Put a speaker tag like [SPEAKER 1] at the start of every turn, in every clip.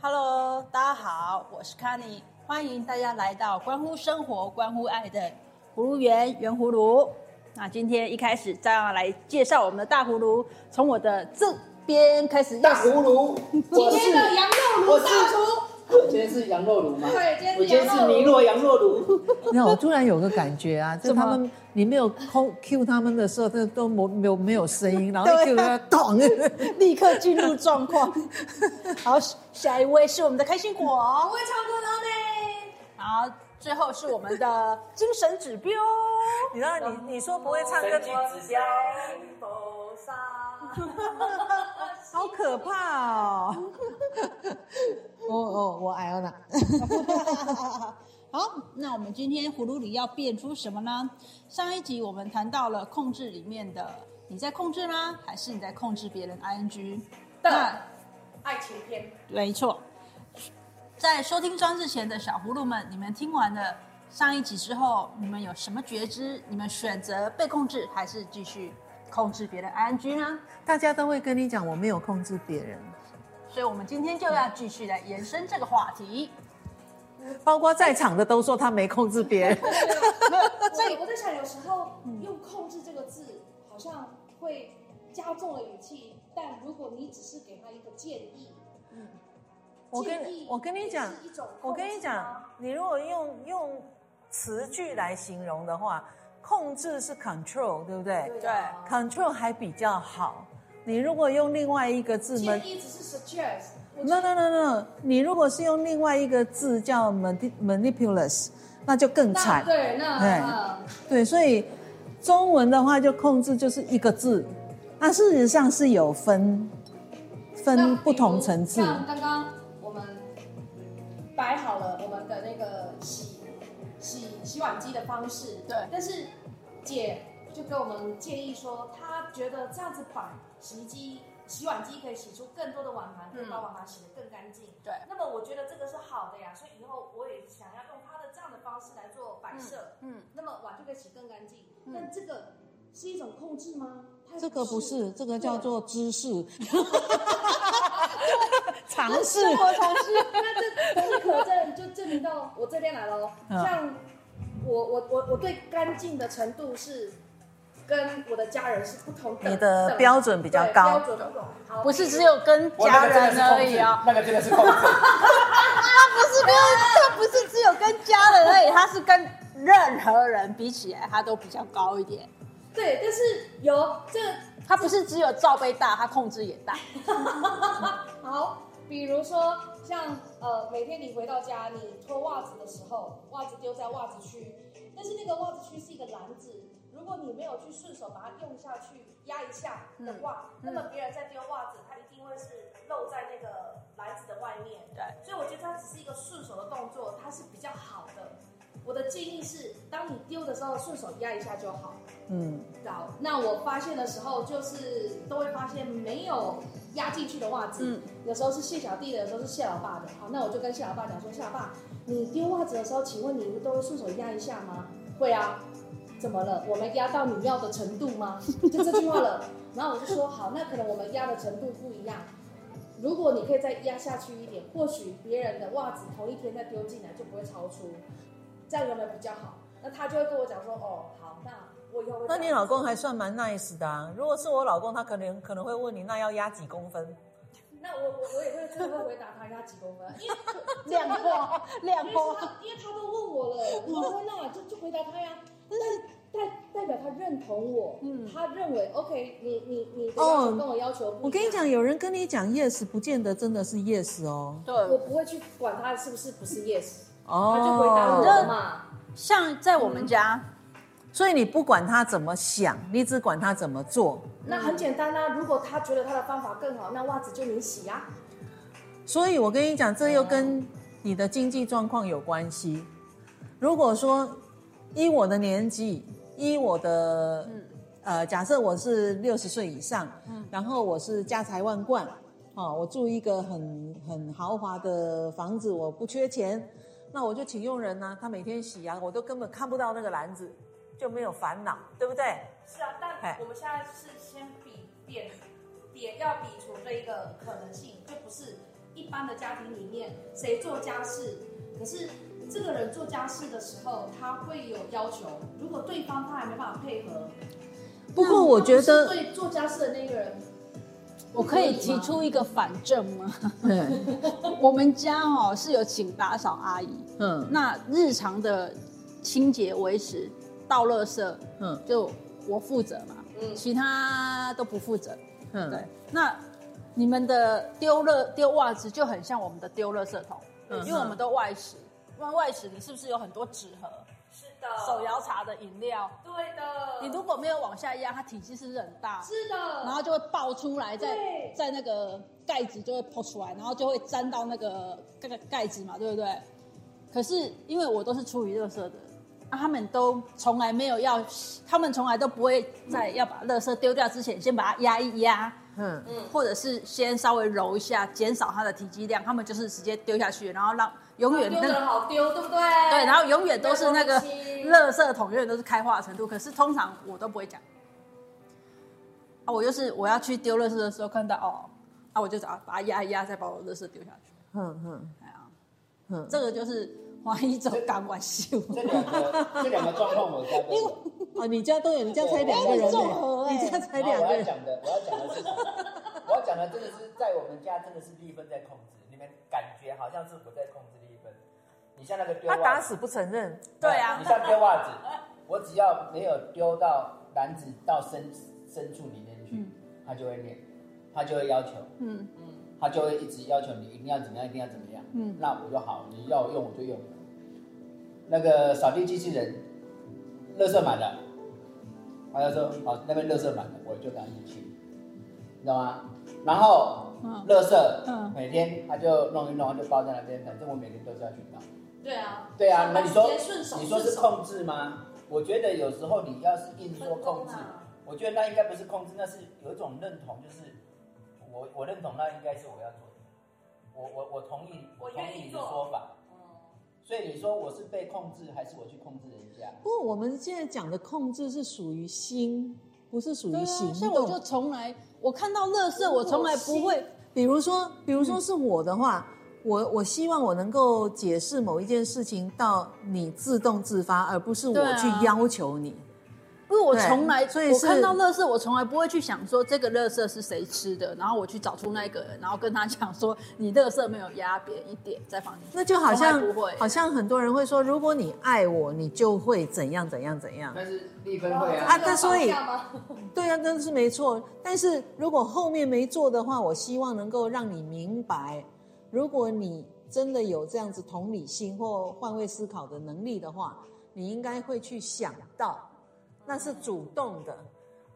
[SPEAKER 1] Hello，大家好，我是 Kani，欢迎大家来到关乎生活、关乎爱的葫芦园圆葫芦。那今天一开始，照样来介绍我们的大葫芦，从我的这边开始。
[SPEAKER 2] 大葫芦，
[SPEAKER 3] 今
[SPEAKER 2] 我
[SPEAKER 3] 天
[SPEAKER 2] 是
[SPEAKER 3] 的羊肉炉
[SPEAKER 2] 我是
[SPEAKER 3] 大厨，
[SPEAKER 2] 我今天是羊肉炉吗？
[SPEAKER 3] 对今天是
[SPEAKER 2] 我今天是尼洛羊肉炉。
[SPEAKER 4] 那我突然有个感觉啊，就
[SPEAKER 1] 怎么
[SPEAKER 4] 他们你没有空 Q 他们的时候，他都没没有没有声音，然后
[SPEAKER 1] 对啊
[SPEAKER 4] Q 他咚，
[SPEAKER 1] 立刻进入状况。好，下一位是我们的开心
[SPEAKER 3] 不
[SPEAKER 1] 果，
[SPEAKER 3] 会唱歌的哦呢。
[SPEAKER 1] 然后最后是我们的精神指 标。
[SPEAKER 5] 你知道你你说不会唱歌， 好可怕哦！
[SPEAKER 4] 哦哦， 我艾欧娜，
[SPEAKER 1] 好，那我们今天葫芦里要变出什么呢？上一集我们谈到了控制里面的你在控制吗？还是你在控制别人？ing 那
[SPEAKER 3] 爱情片，
[SPEAKER 1] 没错，在收听装置前的小葫芦们，你们听完了上一集之后，你们有什么觉知？你们选择被控制，还是继续控制别人 ing 呢？
[SPEAKER 4] 大家都会跟你讲我没有控制别人，
[SPEAKER 1] 所以我们今天就要继续来延伸这个话题。
[SPEAKER 4] 包括在场的都说他没控制别人。
[SPEAKER 3] 所以我在想，有时候用“控制”这个字，好像会加重了语气，但如果你只是给他一个建议，
[SPEAKER 5] 我跟
[SPEAKER 3] 建议
[SPEAKER 5] 我跟你讲
[SPEAKER 3] 也是一种控制吗
[SPEAKER 5] 我跟你讲，，你如果用用词句来形容的话，控制是 control，对不对
[SPEAKER 3] 对啊
[SPEAKER 5] ？control 还比较好。你如果用另外一个字门
[SPEAKER 3] 建议只是 suggest，我觉
[SPEAKER 5] No
[SPEAKER 3] 得
[SPEAKER 5] no no no，你如果是用另外一个字叫 mani- manipulous，那就更
[SPEAKER 3] 那
[SPEAKER 5] 惨。
[SPEAKER 3] 对那
[SPEAKER 5] 对
[SPEAKER 3] 嗯
[SPEAKER 5] 对，所以中文的话就控制就是一个字，那事实上是有分
[SPEAKER 3] 那比
[SPEAKER 5] 分
[SPEAKER 3] 如
[SPEAKER 5] 不同层次。
[SPEAKER 3] 像刚刚我们摆好了我们的那个洗洗洗碗机的方式，
[SPEAKER 1] 对
[SPEAKER 3] 但是姐就给我们建议说，她觉得这样子摆洗衣机、洗碗机可以洗出更多的碗盘，
[SPEAKER 5] 嗯
[SPEAKER 3] 可以把碗盘洗得更干净。
[SPEAKER 1] 对
[SPEAKER 3] 那么我觉得这个是好的呀，所以以后我也想要用她的这样的方式来做摆设，
[SPEAKER 1] 嗯，
[SPEAKER 3] 那么碗就可以洗更干净。但这个是一种控制吗？它
[SPEAKER 5] 嗯这个不是，这个叫
[SPEAKER 3] 对
[SPEAKER 5] 做知 识，尝试。
[SPEAKER 3] 生活常识，那这同理可证就证明到我这边来喽。
[SPEAKER 5] 嗯
[SPEAKER 3] 像我我我我对干净的程度是跟我的家人是不同等，
[SPEAKER 5] 你的
[SPEAKER 3] 等
[SPEAKER 5] 标准比较
[SPEAKER 3] 对
[SPEAKER 5] 高
[SPEAKER 3] 标准不同。好，
[SPEAKER 1] 不是只有跟家人而已啊、
[SPEAKER 2] 那个真的是控制，
[SPEAKER 1] 不是没有，他不是只有跟家人而已，他是跟任何人比起来，他都比较高一点。
[SPEAKER 3] 对，但是有这
[SPEAKER 1] 他不是只有罩杯大，他控制也大。
[SPEAKER 3] 好，比如说像呃，每天你回到家，你脱袜子的时候，袜子丢在袜子区，但是那个袜子区是一个篮子，如果你没有去顺手把它用下去压一下的话，那么别人在丢袜子，他一定会是漏在那个篮子的外面。
[SPEAKER 1] 对，
[SPEAKER 3] 所以我觉得它只是一个顺手的动作，它是比较好的。我的建议是，当你丢的时候顺手压一下就好。
[SPEAKER 5] 嗯，
[SPEAKER 3] 好，那我发现的时候，就是都会发现没有压进去的袜子，
[SPEAKER 1] 嗯
[SPEAKER 3] 有时候是谢小弟的，有时候是谢老爸的。好，那我就跟谢老爸讲说，谢老爸，你丢袜子的时候，请问你都会顺手压一下吗？会啊，怎么了？我们压到你要的程度吗？就这句 话了。然后我就说，好，那可能我们压的程度不一样。如果你可以再压下去一点，或许别人的袜子同一天再丢进来就不会超出，这样有没有比较好？那他就会跟我讲说，哦，好，那我以后会这
[SPEAKER 5] 那
[SPEAKER 3] 样。
[SPEAKER 5] 你老公还算蛮 nice 的啊。如果是我老公，他可能可能会问你，那要压几公分？
[SPEAKER 3] 那我我我也会真的会回答他压几公分，因为
[SPEAKER 1] 亮光，亮
[SPEAKER 3] 因为
[SPEAKER 1] 光。
[SPEAKER 3] 他因为他都问我了，我说那就就回答他呀，但代代表他认同我，他认为 OK，你你你的要求
[SPEAKER 5] 哦
[SPEAKER 3] 嗯跟我要求不
[SPEAKER 5] 我
[SPEAKER 3] 一
[SPEAKER 5] 跟你
[SPEAKER 3] 样，
[SPEAKER 5] 讲，有人跟你讲 yes，不见得真的是 yes 哦。
[SPEAKER 3] 我
[SPEAKER 1] 对，
[SPEAKER 3] 不会去管他是不是不是 yes，
[SPEAKER 5] 哦，
[SPEAKER 3] 他就回答我了嘛，
[SPEAKER 1] 像在我们家，
[SPEAKER 5] 所以你不管他怎么想，你只管他怎么做。
[SPEAKER 3] 那很简单啊啦，如果他觉得他的方法更好，那袜子就你洗呀，
[SPEAKER 5] 所以我跟你讲，这又跟你的经济状况有关系。如果说依我的年纪，依我的、
[SPEAKER 3] 嗯
[SPEAKER 5] 呃，假设我是六十岁以上，然后我是家财万贯，哦，我住一个很很豪华的房子，我不缺钱，那我就请佣人呢、他每天洗啊，我都根本看不到那个篮子，就没有烦恼，对不对？
[SPEAKER 3] 是啊，但
[SPEAKER 5] 哎
[SPEAKER 3] 我们现在是先比点点要比除这一个可能性，就不是一般的家庭里面，谁做家事，可是这个人做家事的时候，他会有要求，如果对方他还没办法配合，
[SPEAKER 5] 不过我觉
[SPEAKER 3] 那
[SPEAKER 5] 得
[SPEAKER 3] 不是对做家事的那个人，
[SPEAKER 1] 我可以提出一个反证吗？ 我们家哦是有请打扫阿姨，
[SPEAKER 5] 嗯
[SPEAKER 1] 那日常的清洁维持、倒垃圾
[SPEAKER 5] 嗯
[SPEAKER 1] 就我负责嘛，
[SPEAKER 3] 嗯
[SPEAKER 1] 其他都不负责。对
[SPEAKER 5] 嗯，，
[SPEAKER 1] 那你们的丢乐丢袜子就很像我们的丢垃圾桶，
[SPEAKER 5] 嗯
[SPEAKER 1] 因为我们都外食。那外食你是不是有很多纸盒、
[SPEAKER 3] 是的
[SPEAKER 1] 手摇茶的饮料？
[SPEAKER 3] 对的，
[SPEAKER 1] 你如果没有往下压，它体积是不是很大？
[SPEAKER 3] 是的，
[SPEAKER 1] 然后就会爆出来，在
[SPEAKER 3] 对
[SPEAKER 1] 在那个盖子就会跑出来，然后就会沾到那个那个盖子嘛，对不对？可是因为我都是出于垃圾的，啊、他们都从来没有要，他们从来都不会在要把垃圾丢掉之前，先把它压一压，
[SPEAKER 5] 嗯，
[SPEAKER 1] 或者是先稍微揉一下，减少它的体积量，他们就是直接丢下去，然后让永远
[SPEAKER 3] 丢
[SPEAKER 1] 那
[SPEAKER 3] 的
[SPEAKER 1] 个。
[SPEAKER 3] 好丢，对不对？
[SPEAKER 1] 对，
[SPEAKER 3] 对
[SPEAKER 1] 然后永远都是那个
[SPEAKER 3] 没有关系
[SPEAKER 1] 垃圾桶，永远都是开花的程度。可是通常我都不会讲，啊，我就是我要去丢垃圾的时候看到哦，啊，我就把把它压一压，再把我的垃圾丢下去。
[SPEAKER 5] 嗯嗯
[SPEAKER 1] 哎呀，
[SPEAKER 5] 嗯
[SPEAKER 1] 这个就是怀疑走港管秀，
[SPEAKER 2] 这两个这两个状况我家都有。
[SPEAKER 5] 哦，你家都有，你家才两个
[SPEAKER 1] 哎
[SPEAKER 5] 人
[SPEAKER 1] 你综
[SPEAKER 5] 呢
[SPEAKER 1] 合，哎
[SPEAKER 5] 你家才
[SPEAKER 2] 然
[SPEAKER 5] 两
[SPEAKER 2] 后我
[SPEAKER 5] 个
[SPEAKER 2] 要
[SPEAKER 5] 人，
[SPEAKER 2] 讲的，我要讲的是，我要讲的真的是在我们家真的是丽芬在控制，你们感觉好像是我在控制丽芬。你像那个丢
[SPEAKER 5] 他
[SPEAKER 2] 袜
[SPEAKER 5] 打
[SPEAKER 2] 子，
[SPEAKER 5] 死不承认。
[SPEAKER 1] 对啊
[SPEAKER 2] 你像丢袜子，我只要没有丢到篮子到深深处里面去，他就会念，他就会要求，
[SPEAKER 1] 嗯
[SPEAKER 2] 他就会一直要求你一定要怎么样，一定要怎么样。
[SPEAKER 1] 嗯
[SPEAKER 2] 那我就好，你要我用我就用。那个扫地机器人，垃圾满了，他就说好，那边垃圾满了，我就赶紧去，你知道吗？然后
[SPEAKER 1] 嗯
[SPEAKER 2] 垃圾，
[SPEAKER 1] 嗯
[SPEAKER 2] 每天他就弄一弄，他就包在那边，反正我每天都是要去倒。
[SPEAKER 3] 对啊，
[SPEAKER 2] 对啊，那你说
[SPEAKER 3] 直接顺手
[SPEAKER 2] 你说
[SPEAKER 3] 顺
[SPEAKER 2] 是
[SPEAKER 3] 手
[SPEAKER 2] 控制吗？我觉得有时候你要是硬说
[SPEAKER 3] 分
[SPEAKER 2] 控
[SPEAKER 3] 工
[SPEAKER 2] 制，
[SPEAKER 3] 啊
[SPEAKER 2] 我觉得那应该不是控制，那是有一种认同，就是我我认同那应该是我要做的，我我我同意，
[SPEAKER 3] 我
[SPEAKER 2] 同
[SPEAKER 3] 愿意
[SPEAKER 2] 意你的
[SPEAKER 3] 做
[SPEAKER 2] 说法。
[SPEAKER 3] 嗯
[SPEAKER 2] 所以你说我是被控制，还是我去控制人家？
[SPEAKER 5] 不过我们现在讲的控制是属于心，不是属于行
[SPEAKER 1] 啊所以我就
[SPEAKER 5] 动。
[SPEAKER 1] 从来我看到垃圾，我从来不会
[SPEAKER 5] 比如说，比如说是我的话，我我希望我能够解释某一件事情到你自动自发，而不是
[SPEAKER 1] 对
[SPEAKER 5] 我
[SPEAKER 1] 啊
[SPEAKER 5] 去要求你。
[SPEAKER 1] 因为我从来，
[SPEAKER 5] 对所以
[SPEAKER 1] 我
[SPEAKER 5] 是
[SPEAKER 1] 看到垃圾，我从来不会去想说这个垃圾是谁吃的，然后我去找出那个人，然后跟他讲说你垃圾没有压扁一点，再放进去。
[SPEAKER 5] 那就好像
[SPEAKER 1] 从来不会
[SPEAKER 5] 好像很多人会说，如果你爱我，你就会怎样怎样怎样。
[SPEAKER 2] 但是丽芬会
[SPEAKER 5] 啊
[SPEAKER 2] 啊，
[SPEAKER 5] 但所以
[SPEAKER 3] 有绑架吗
[SPEAKER 5] 对啊，那是没错。但是如果后面没做的话，我希望能够让你明白，如果你真的有这样子同理心或换位思考的能力的话，你应该会去想到，那是主动的。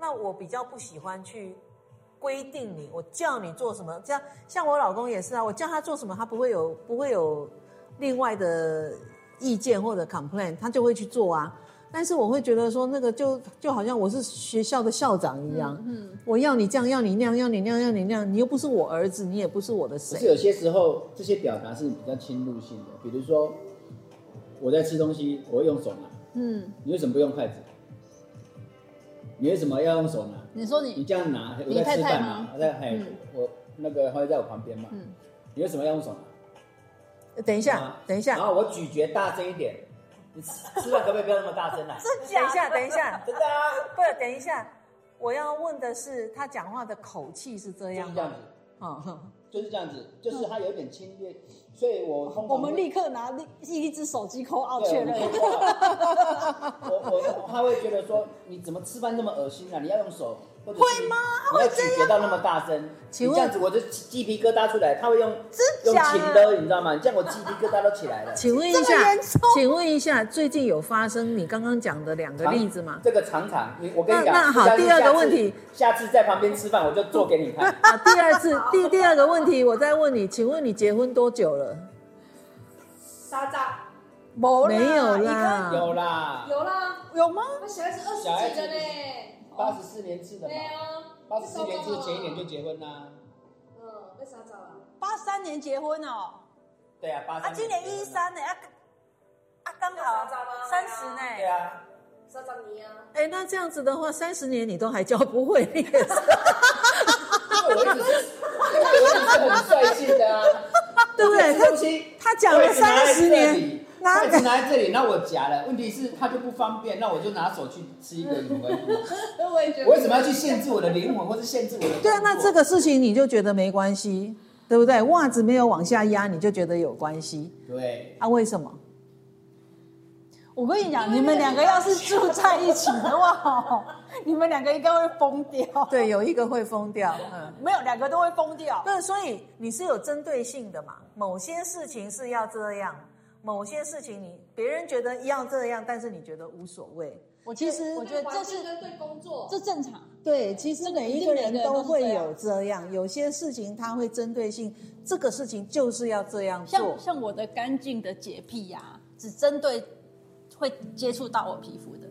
[SPEAKER 5] 那我比较不喜欢去规定你，我叫你做什么，这样像我老公也是啊，我叫他做什么，他不会有不会有另外的意见或者 complain，他就会去做啊。但是我会觉得说，那个就就好像我是学校的校长一样，嗯，我要你这样，要你那样，要你那样，要你那样，你又不是我儿子，你也不是我的
[SPEAKER 2] 只
[SPEAKER 5] 谁
[SPEAKER 2] 是，有些时候这些表达是比较侵入性的，比如说我在吃东西，我会用手拿，
[SPEAKER 1] 嗯，
[SPEAKER 2] 你为什么不用筷子？你为什么要用手拿？
[SPEAKER 1] 你说
[SPEAKER 2] 你
[SPEAKER 1] 你
[SPEAKER 2] 这样拿，我
[SPEAKER 1] 你
[SPEAKER 2] 在
[SPEAKER 1] 太
[SPEAKER 2] 吃
[SPEAKER 1] 太
[SPEAKER 2] 饭
[SPEAKER 1] 吗
[SPEAKER 2] 嘛，我在嘿
[SPEAKER 1] 嗯，
[SPEAKER 2] 我那个他会在我旁边嘛
[SPEAKER 1] 嗯，
[SPEAKER 2] 你为什么要用手拿？
[SPEAKER 5] 等一下
[SPEAKER 2] 啊，
[SPEAKER 5] 等一下
[SPEAKER 2] 然，后我咀嚼大声一点，你吃吃饭可不可以不要那么大 声啊？
[SPEAKER 5] 等一下，等一下，
[SPEAKER 2] 真的啊，
[SPEAKER 5] 不，等一下，我要问的是，他讲话的口气是这
[SPEAKER 2] 就
[SPEAKER 5] 样
[SPEAKER 2] 是这
[SPEAKER 5] 吗
[SPEAKER 2] 样？子，
[SPEAKER 5] 嗯，
[SPEAKER 2] 就是这样子，就是他有点侵略，所以我通常
[SPEAKER 1] 我们
[SPEAKER 2] 会
[SPEAKER 1] 立刻拿另一只手机扣奥
[SPEAKER 2] 对
[SPEAKER 1] 确
[SPEAKER 2] 我
[SPEAKER 1] 认
[SPEAKER 2] 们，通常我我他会觉得说，你怎么吃饭那么恶心啊？你要用手，或者会吗？你要咀嚼到那么大声，
[SPEAKER 5] 请
[SPEAKER 2] 你
[SPEAKER 5] 问
[SPEAKER 2] 这样子我的鸡皮疙瘩出来，他会用
[SPEAKER 1] 真
[SPEAKER 2] 用
[SPEAKER 1] 假的
[SPEAKER 2] 情的，你知道吗？你这样我鸡皮疙瘩都起来了。
[SPEAKER 5] 请问一
[SPEAKER 1] 这么
[SPEAKER 5] 下
[SPEAKER 1] 严重，
[SPEAKER 5] 请问一下，最近有发生你刚刚讲的两个
[SPEAKER 2] 常
[SPEAKER 5] 例子吗？
[SPEAKER 2] 这个常常，你我跟你
[SPEAKER 5] 那
[SPEAKER 2] 讲，
[SPEAKER 5] 那好
[SPEAKER 2] 下次
[SPEAKER 5] 第二个
[SPEAKER 2] 下次
[SPEAKER 5] 问题。
[SPEAKER 2] 下次在旁边吃饭，我就做给你看
[SPEAKER 5] 啊，第二 次，第第二个问题，我再问你，请问你结婚多久了？
[SPEAKER 3] 沙扎
[SPEAKER 1] 没
[SPEAKER 5] 没有
[SPEAKER 1] 啦，
[SPEAKER 5] 啦，
[SPEAKER 2] 有啦，
[SPEAKER 3] 有啦，
[SPEAKER 1] 有吗？
[SPEAKER 3] 他小孩子二十
[SPEAKER 2] 小孩
[SPEAKER 3] 几
[SPEAKER 2] 子
[SPEAKER 3] 的呢，
[SPEAKER 2] 八十四年制的嘛
[SPEAKER 3] 对，啊，
[SPEAKER 2] 八十四年制
[SPEAKER 3] 是
[SPEAKER 2] 前一年就结婚啦。
[SPEAKER 3] 嗯，被沙扎了。
[SPEAKER 1] 八三年结婚哦，
[SPEAKER 2] 对啊，八
[SPEAKER 6] 啊，今年一三呢，啊啊刚好三十
[SPEAKER 2] 对
[SPEAKER 6] 呢，
[SPEAKER 2] 啊，
[SPEAKER 3] 沙扎尼啊，
[SPEAKER 5] 哎，那这样子的话，三十年你都还教不会， 你也是
[SPEAKER 2] 因为我一直是，因为我一直是很率性的啊。
[SPEAKER 5] 对
[SPEAKER 2] 这东西
[SPEAKER 5] 他讲了
[SPEAKER 2] 我一直拿在
[SPEAKER 5] 30
[SPEAKER 2] 这里
[SPEAKER 5] 年拿
[SPEAKER 2] 我一直拿在这里，那我夹了。问题是它就不方便，那我就拿手去吃一个鱼 而已。
[SPEAKER 3] 我也觉得
[SPEAKER 2] 我为什么要去限制我的灵魂，或是限制我的？
[SPEAKER 5] 对啊，那这个事情你就觉得没关系，对不对？袜子没有往下压，你就觉得有关系
[SPEAKER 2] 对，
[SPEAKER 5] 啊？为什么？
[SPEAKER 1] 我跟你讲，你们两个要是住在一起的话哦， 你们两个应该会疯掉。
[SPEAKER 5] 对，有一个会疯掉，嗯。
[SPEAKER 1] 没有两个都会疯掉。
[SPEAKER 5] 那所以你是有针对性的嘛？某些事情是要这样，某些事情你别人觉得要这样，但是你觉得无所谓。
[SPEAKER 1] 我
[SPEAKER 5] 其实
[SPEAKER 1] 我觉得这
[SPEAKER 3] 是
[SPEAKER 1] 是
[SPEAKER 3] 跟对工作，
[SPEAKER 1] 这正常，
[SPEAKER 5] 对，其实每一
[SPEAKER 1] 一个
[SPEAKER 5] 个人
[SPEAKER 1] 人
[SPEAKER 5] 都
[SPEAKER 1] 都
[SPEAKER 5] 会
[SPEAKER 1] 会
[SPEAKER 5] 有
[SPEAKER 1] 有
[SPEAKER 5] 这样，有些事情他会针对性，这个事情就是要这样做
[SPEAKER 1] 像。像我的干净的洁癖呀、只针对会接触到我皮肤的，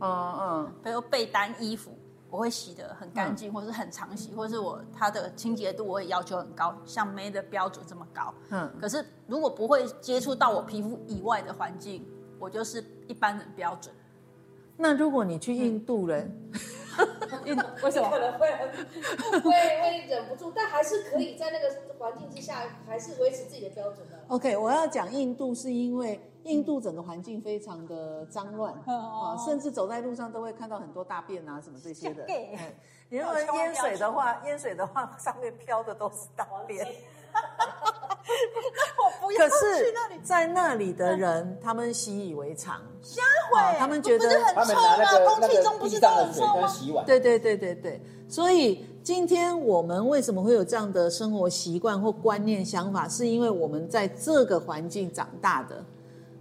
[SPEAKER 5] 嗯嗯，
[SPEAKER 1] 比如被单、衣服，我会洗得很干净，或是很常洗，或是我它的清洁度我也要求很高，像梅的标准这么高。
[SPEAKER 5] 嗯
[SPEAKER 1] 可是如果不会接触到我皮肤以外的环境，我就是一般人标准。
[SPEAKER 5] 那如果你去印度人，
[SPEAKER 1] 为什么？
[SPEAKER 3] 会会忍不住，但还是可以在那个环境之下，还是维持自己的标准的。
[SPEAKER 5] OK，我要讲印度是因为印度整个环境非常的脏乱、
[SPEAKER 1] 嗯
[SPEAKER 5] 啊，
[SPEAKER 1] 哦
[SPEAKER 5] 甚至走在路上都会看到很多大便啊什么这些的。
[SPEAKER 1] gay
[SPEAKER 5] 哎你如果淹水的话，淹水的话 上面飘的都是大便。
[SPEAKER 1] 我哦不
[SPEAKER 5] 可
[SPEAKER 1] 要去那里嗯
[SPEAKER 5] 是，在那里的人，他们习以为常。
[SPEAKER 1] 会，
[SPEAKER 5] 啊他们觉得
[SPEAKER 1] 不是
[SPEAKER 2] 他
[SPEAKER 1] 很
[SPEAKER 2] 们
[SPEAKER 1] 臭
[SPEAKER 2] 拿那
[SPEAKER 1] 吗？
[SPEAKER 2] 个
[SPEAKER 1] 空
[SPEAKER 2] 那
[SPEAKER 1] 气中
[SPEAKER 2] 个
[SPEAKER 1] 不
[SPEAKER 2] 地
[SPEAKER 1] 是都
[SPEAKER 2] 上的
[SPEAKER 1] 很
[SPEAKER 2] 水
[SPEAKER 1] 臭
[SPEAKER 2] 跟
[SPEAKER 1] 吗？
[SPEAKER 2] 洗碗，
[SPEAKER 5] 对对对对对，所以今天我们为什么会有这样的生活习惯或观念想法，是因为我们在这个环境长大的。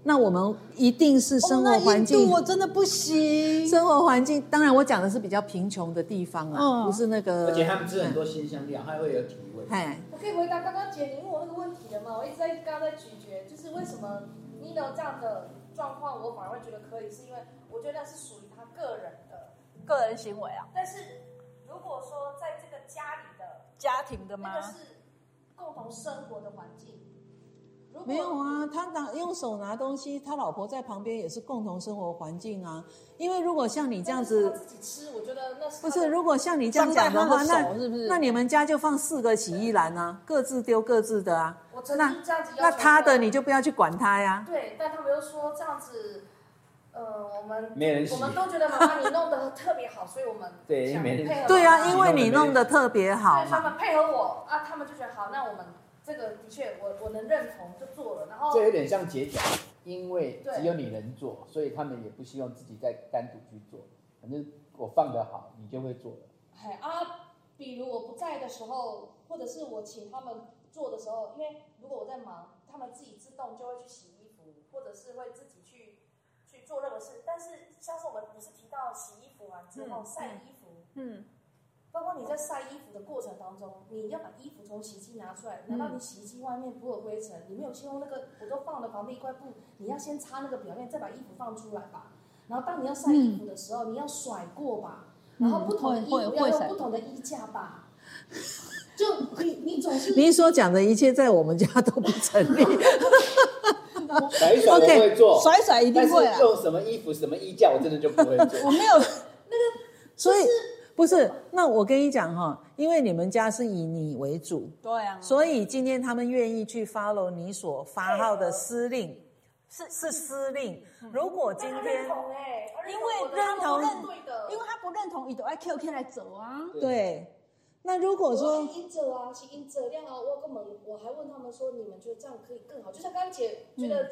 [SPEAKER 5] 那我们一定是生
[SPEAKER 1] 哦
[SPEAKER 5] 活环境，
[SPEAKER 4] 我真的不行。
[SPEAKER 5] 生活环境，当然我讲的是比较贫穷的地方啊，
[SPEAKER 4] 嗯
[SPEAKER 5] 不是那个。
[SPEAKER 2] 而且他们吃很多新香料，还会有体味。
[SPEAKER 5] 哎，
[SPEAKER 3] 我可以回答刚刚姐你问我那个问题了吗？我一直在刚刚在咀嚼，就是为什么 Nino 这样的状况，我反而会觉得可以，是因为我觉得那是属于他个人的。
[SPEAKER 1] 个人行为啊，
[SPEAKER 3] 但是如果说在这个家里的
[SPEAKER 1] 家庭的
[SPEAKER 3] 那个
[SPEAKER 1] 吗？
[SPEAKER 3] 是共同生活的环境，如果
[SPEAKER 5] 没有啊，他拿用手拿东西，他老婆在旁边也是共同生活环境啊。因为如果像你这样
[SPEAKER 3] 那
[SPEAKER 5] 子
[SPEAKER 3] 是，他自己吃，我觉得那是
[SPEAKER 5] 不
[SPEAKER 3] 他
[SPEAKER 5] 是
[SPEAKER 3] 的
[SPEAKER 5] 如果像你这样讲话，
[SPEAKER 1] 放在他的
[SPEAKER 5] 那
[SPEAKER 1] 手是不是
[SPEAKER 5] 那你们家就放四个洗衣篮啊，各自丢各自的啊。
[SPEAKER 3] 我曾
[SPEAKER 5] 那
[SPEAKER 3] 经这样子要求
[SPEAKER 5] 那他
[SPEAKER 3] 过
[SPEAKER 5] 的你就不要去管他呀。
[SPEAKER 3] 对，但他们又说这样子，呃，我们
[SPEAKER 2] 嗯没人洗
[SPEAKER 3] 我们都觉得妈妈你弄得特别好，所以我们
[SPEAKER 2] 对
[SPEAKER 3] 想
[SPEAKER 2] 没人
[SPEAKER 3] 配合
[SPEAKER 5] 对
[SPEAKER 3] 妈
[SPEAKER 5] 啊，
[SPEAKER 3] 妈
[SPEAKER 5] 因为你弄得特别好
[SPEAKER 3] 对他
[SPEAKER 5] 嘛。
[SPEAKER 3] 们配合我啊，他们就觉得好，那我们这个的确我我能认同就做了，然后
[SPEAKER 2] 这有点像结角，因为
[SPEAKER 3] 对
[SPEAKER 2] 只有你能做，所以他们也不希望自己再单独去做。反正我放得好，你就会做了。
[SPEAKER 3] 哎啊，比如我不在的时候，或者是我请他们做的时候，因为如果我在忙，他们自己自动就会去洗衣服，或者是会自己去去做任何事。但是像是我们不是提到洗衣服完之后、晒衣服，
[SPEAKER 1] 嗯，
[SPEAKER 3] 包括你在晒衣服的过程当中，你要把衣服从洗衣机拿出来，难道你洗衣机外面不会有灰尘？你没有先用那个，我都放了旁边一块布，你要先擦那个表面，再把衣服放出来
[SPEAKER 1] 嗯
[SPEAKER 3] 吧。然后当你要晒衣服的时候，你要甩过吧，然后不同的衣服
[SPEAKER 1] 会
[SPEAKER 3] 要
[SPEAKER 1] 会
[SPEAKER 3] 用
[SPEAKER 1] 甩
[SPEAKER 3] 不同的衣架吧。
[SPEAKER 1] 嗯
[SPEAKER 3] 就你你总是
[SPEAKER 5] 您所讲的一切在我们家都不成立。
[SPEAKER 2] 甩一甩我
[SPEAKER 5] OK，
[SPEAKER 2] 会做，
[SPEAKER 1] 甩甩一
[SPEAKER 2] 但
[SPEAKER 1] 定
[SPEAKER 2] 是
[SPEAKER 1] 会啊啦。
[SPEAKER 2] 用什么衣服、什么衣架，我真的就不会
[SPEAKER 1] 我
[SPEAKER 2] 做。
[SPEAKER 1] 没有，
[SPEAKER 5] 所以不是，那我跟你讲哈，因为你们家是以你为主，
[SPEAKER 1] 对啊，
[SPEAKER 5] 所以今天他们愿意去 follow 你所发号的司令，是嗯是司令。如果今
[SPEAKER 3] 他认
[SPEAKER 5] 天
[SPEAKER 3] 同哎、他
[SPEAKER 1] 因为
[SPEAKER 3] 我的
[SPEAKER 1] 认
[SPEAKER 3] 他们
[SPEAKER 1] 同
[SPEAKER 3] 对的，
[SPEAKER 1] 因为他不认同，你都爱 QK 来走啊。
[SPEAKER 5] 对，那如果
[SPEAKER 3] 我
[SPEAKER 5] 说
[SPEAKER 3] 是因者啊，是因者量啊，我根本我还问他们说，你们觉得这样可以更好？就像刚刚姐觉得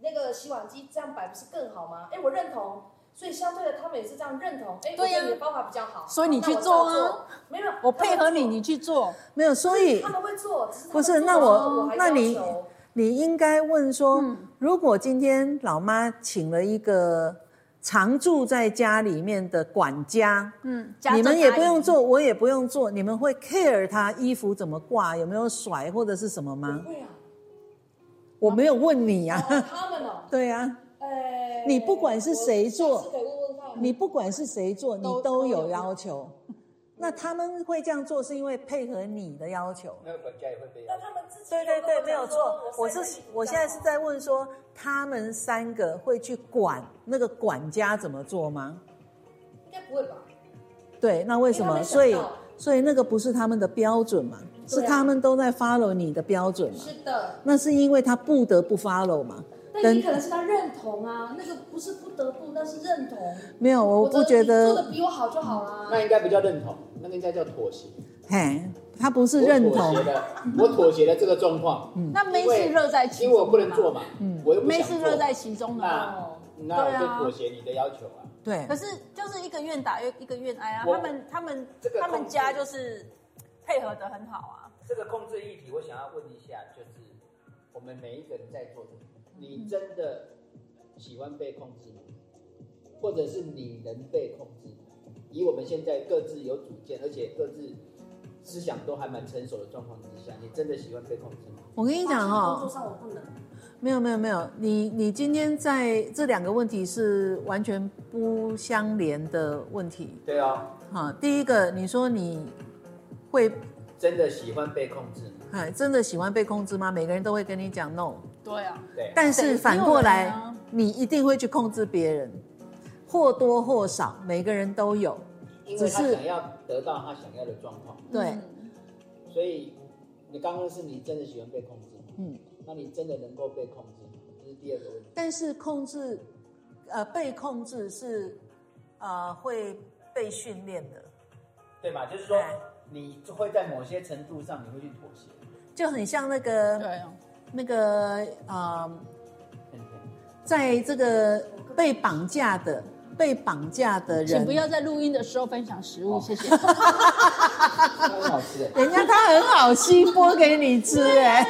[SPEAKER 3] 那个洗碗机这样摆不是更好吗？哎、我认同，所以相对的他们也是这样认同。哎、
[SPEAKER 1] 对呀
[SPEAKER 3] 我觉得你的方法比较好，
[SPEAKER 1] 所以你
[SPEAKER 3] 那
[SPEAKER 1] 去
[SPEAKER 3] 我
[SPEAKER 1] 做啊
[SPEAKER 3] 照做，没有，
[SPEAKER 1] 我配合你，
[SPEAKER 3] 他们
[SPEAKER 1] 你去做。
[SPEAKER 5] 没有，所以
[SPEAKER 3] 他们会做，只是他们
[SPEAKER 5] 不是
[SPEAKER 3] 做
[SPEAKER 5] 那
[SPEAKER 3] 的时
[SPEAKER 5] 我
[SPEAKER 3] 候我还
[SPEAKER 5] 那
[SPEAKER 3] 要
[SPEAKER 5] 你
[SPEAKER 3] 求
[SPEAKER 5] 你应该问说，如果今天老妈请了一个常住在家里面的管家，
[SPEAKER 1] 嗯，
[SPEAKER 5] 你们也不用做，我也不用做，你们会 care 她衣服怎么挂，有没有甩或者是什么吗？
[SPEAKER 3] 会啊，
[SPEAKER 5] 我没有问你呀、
[SPEAKER 3] 哦他们哦，
[SPEAKER 5] 对啊呀、
[SPEAKER 3] 呃，
[SPEAKER 5] 你不管是谁做
[SPEAKER 3] 我下次可以问问看
[SPEAKER 5] 你不管是谁做，你
[SPEAKER 1] 都
[SPEAKER 5] 都
[SPEAKER 1] 都
[SPEAKER 5] 有
[SPEAKER 1] 有
[SPEAKER 5] 要求。 那他们会这样做，是因为配合你的要求。
[SPEAKER 2] 那个管家也会被
[SPEAKER 3] 那他们自己
[SPEAKER 5] 对对对，没有错。我
[SPEAKER 3] 晒
[SPEAKER 5] 是
[SPEAKER 3] 衣服
[SPEAKER 5] 我现在是在问说，他们三个会去管那个管家怎么做吗？
[SPEAKER 3] 应该不会吧？
[SPEAKER 5] 对，那为什
[SPEAKER 3] 因为
[SPEAKER 5] 么？
[SPEAKER 3] 他没想
[SPEAKER 5] 所以
[SPEAKER 3] 到
[SPEAKER 5] 所以那个不是他们的标准嘛，是
[SPEAKER 3] 对啊
[SPEAKER 5] 他们都在 follow 你的标准嘛。
[SPEAKER 3] 是的，
[SPEAKER 5] 那是因为他不得不 follow 嘛。
[SPEAKER 3] 但你可能是他认同啊，那个不是不得不，那是认同。
[SPEAKER 5] 没有，我不觉
[SPEAKER 3] 你做
[SPEAKER 5] 得，嗯
[SPEAKER 3] 的比我好就好啦。
[SPEAKER 2] 那应该不叫认同，那个应该叫妥协。
[SPEAKER 5] 嘿，他不是认
[SPEAKER 2] 我
[SPEAKER 5] 同
[SPEAKER 2] 妥协，了，我妥协了这个状况，
[SPEAKER 1] 那没事乐在其
[SPEAKER 2] 因
[SPEAKER 1] 中
[SPEAKER 2] 为
[SPEAKER 1] 嘛，
[SPEAKER 2] 我不能做嘛，我又不
[SPEAKER 1] 嗯没
[SPEAKER 2] 想
[SPEAKER 1] 事
[SPEAKER 2] 做
[SPEAKER 1] 乐，在其中的嘛。
[SPEAKER 5] 哦
[SPEAKER 2] 那那我
[SPEAKER 5] 啊
[SPEAKER 2] 就妥协你的要求啊。
[SPEAKER 5] 对
[SPEAKER 1] 可，是就是一个愿打越一个愿挨啊，
[SPEAKER 2] 我
[SPEAKER 1] 他们他们
[SPEAKER 2] 这个
[SPEAKER 1] 他们
[SPEAKER 2] 控制
[SPEAKER 1] 家就是配合的很好啊。
[SPEAKER 2] 这个控制议题，我想要问一下，就是我们每一个人在座的，
[SPEAKER 5] 嗯
[SPEAKER 2] 你真的喜欢被控制吗？或者是你能被控制吗？以我们现在各自有主见，而且各自思想都还蛮成熟的状况之下，你真的喜欢被控制吗？
[SPEAKER 5] 我跟你讲
[SPEAKER 3] 啊工作
[SPEAKER 5] 哦，
[SPEAKER 3] 上我不能，
[SPEAKER 5] 没有没有没有，你你今天在这两个问题是完全不相连的问题
[SPEAKER 2] 对啊，
[SPEAKER 5] 哈。第一个，你说你会
[SPEAKER 2] 真的喜欢被控制吗？
[SPEAKER 5] 哎真的喜欢被控制吗？每个人都会跟你讲 no，
[SPEAKER 1] 对啊，
[SPEAKER 2] 对，
[SPEAKER 5] 但是反过
[SPEAKER 1] 谁没有人
[SPEAKER 5] 来
[SPEAKER 1] 啊，
[SPEAKER 5] 你一定会去控制别人，或多或少，每个人都有。
[SPEAKER 2] 因为他
[SPEAKER 5] 只是
[SPEAKER 2] 想要得到他想要的状况，
[SPEAKER 5] 对，
[SPEAKER 1] 嗯
[SPEAKER 2] 所以你刚刚是你真的喜欢被控制吗？
[SPEAKER 5] 嗯，
[SPEAKER 2] 那你真的能够被控制吗？这是第二个问题。
[SPEAKER 5] 但是控制，呃，被控制是，呃，会被训练的，
[SPEAKER 2] 对嘛？就是说
[SPEAKER 5] 哎，
[SPEAKER 2] 你就会在某些程度上你会去妥协。
[SPEAKER 5] 就很像那个
[SPEAKER 1] 对啊，
[SPEAKER 5] 那个呃，
[SPEAKER 2] 嗯
[SPEAKER 5] 啊在这个被绑架的被绑架的人，
[SPEAKER 1] 请不要在录音的时候分享食物，
[SPEAKER 2] 哦
[SPEAKER 1] 谢谢。
[SPEAKER 2] 很好吃的，
[SPEAKER 5] 人家他很好心剥给 你吃、哎，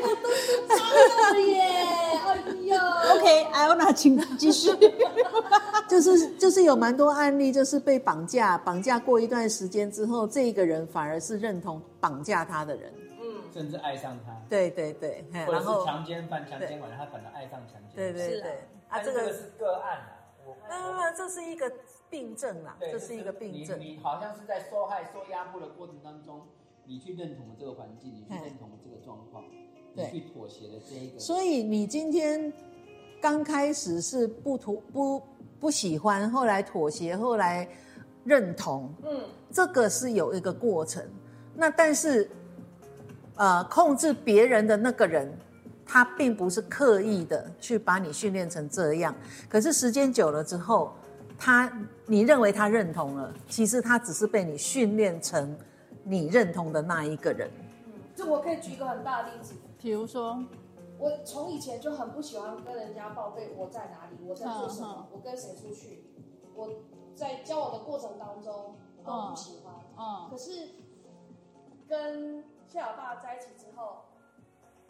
[SPEAKER 3] 哎呦耶，哎呦，
[SPEAKER 1] OK，艾欧娜，请继续。
[SPEAKER 5] 就是就是有蛮多案例，就是被绑架，绑架过一段时间之后，这个人反而是认同绑架他的人，
[SPEAKER 2] 甚至爱上他，
[SPEAKER 5] 对对对，嘿
[SPEAKER 2] 或者
[SPEAKER 5] 哎然
[SPEAKER 2] 是
[SPEAKER 5] 后
[SPEAKER 2] 强奸犯、强奸完他反而爱上强奸。
[SPEAKER 5] 对
[SPEAKER 1] 是
[SPEAKER 5] 对
[SPEAKER 1] 啊
[SPEAKER 5] 对，
[SPEAKER 2] 但
[SPEAKER 5] 这
[SPEAKER 2] 这
[SPEAKER 5] 个
[SPEAKER 2] 个是个案啊，我
[SPEAKER 5] 没有没有，这是一个病症啦，
[SPEAKER 2] 对
[SPEAKER 5] 这是一个病症
[SPEAKER 2] 你。你好像是在受害、受压迫的过程当中，你去认同了这个环境，你去
[SPEAKER 5] 嗯
[SPEAKER 2] 认同了这个状况，你
[SPEAKER 5] 对
[SPEAKER 2] 去妥协的这一个。
[SPEAKER 5] 所以你今天刚开始是不图不不喜欢，后来妥协，后来认同，
[SPEAKER 3] 嗯，
[SPEAKER 5] 这个是有一个过程。那但是，呃，控制别人的那个人，他并不是刻意的去把你训练成这样。可是时间久了之后，他你认为他认同了，其实他只是被你训练成你认同的那一个人。
[SPEAKER 3] 这我可以举一个很大的例子。
[SPEAKER 1] 比如说，
[SPEAKER 3] 我从以前就很不喜欢跟人家报备我在哪里，我在做什
[SPEAKER 5] 嗯
[SPEAKER 3] 么，我跟谁出去，我在交往的过程当中都不喜欢。
[SPEAKER 1] 嗯，
[SPEAKER 3] 可是跟谢老爸在一起之后，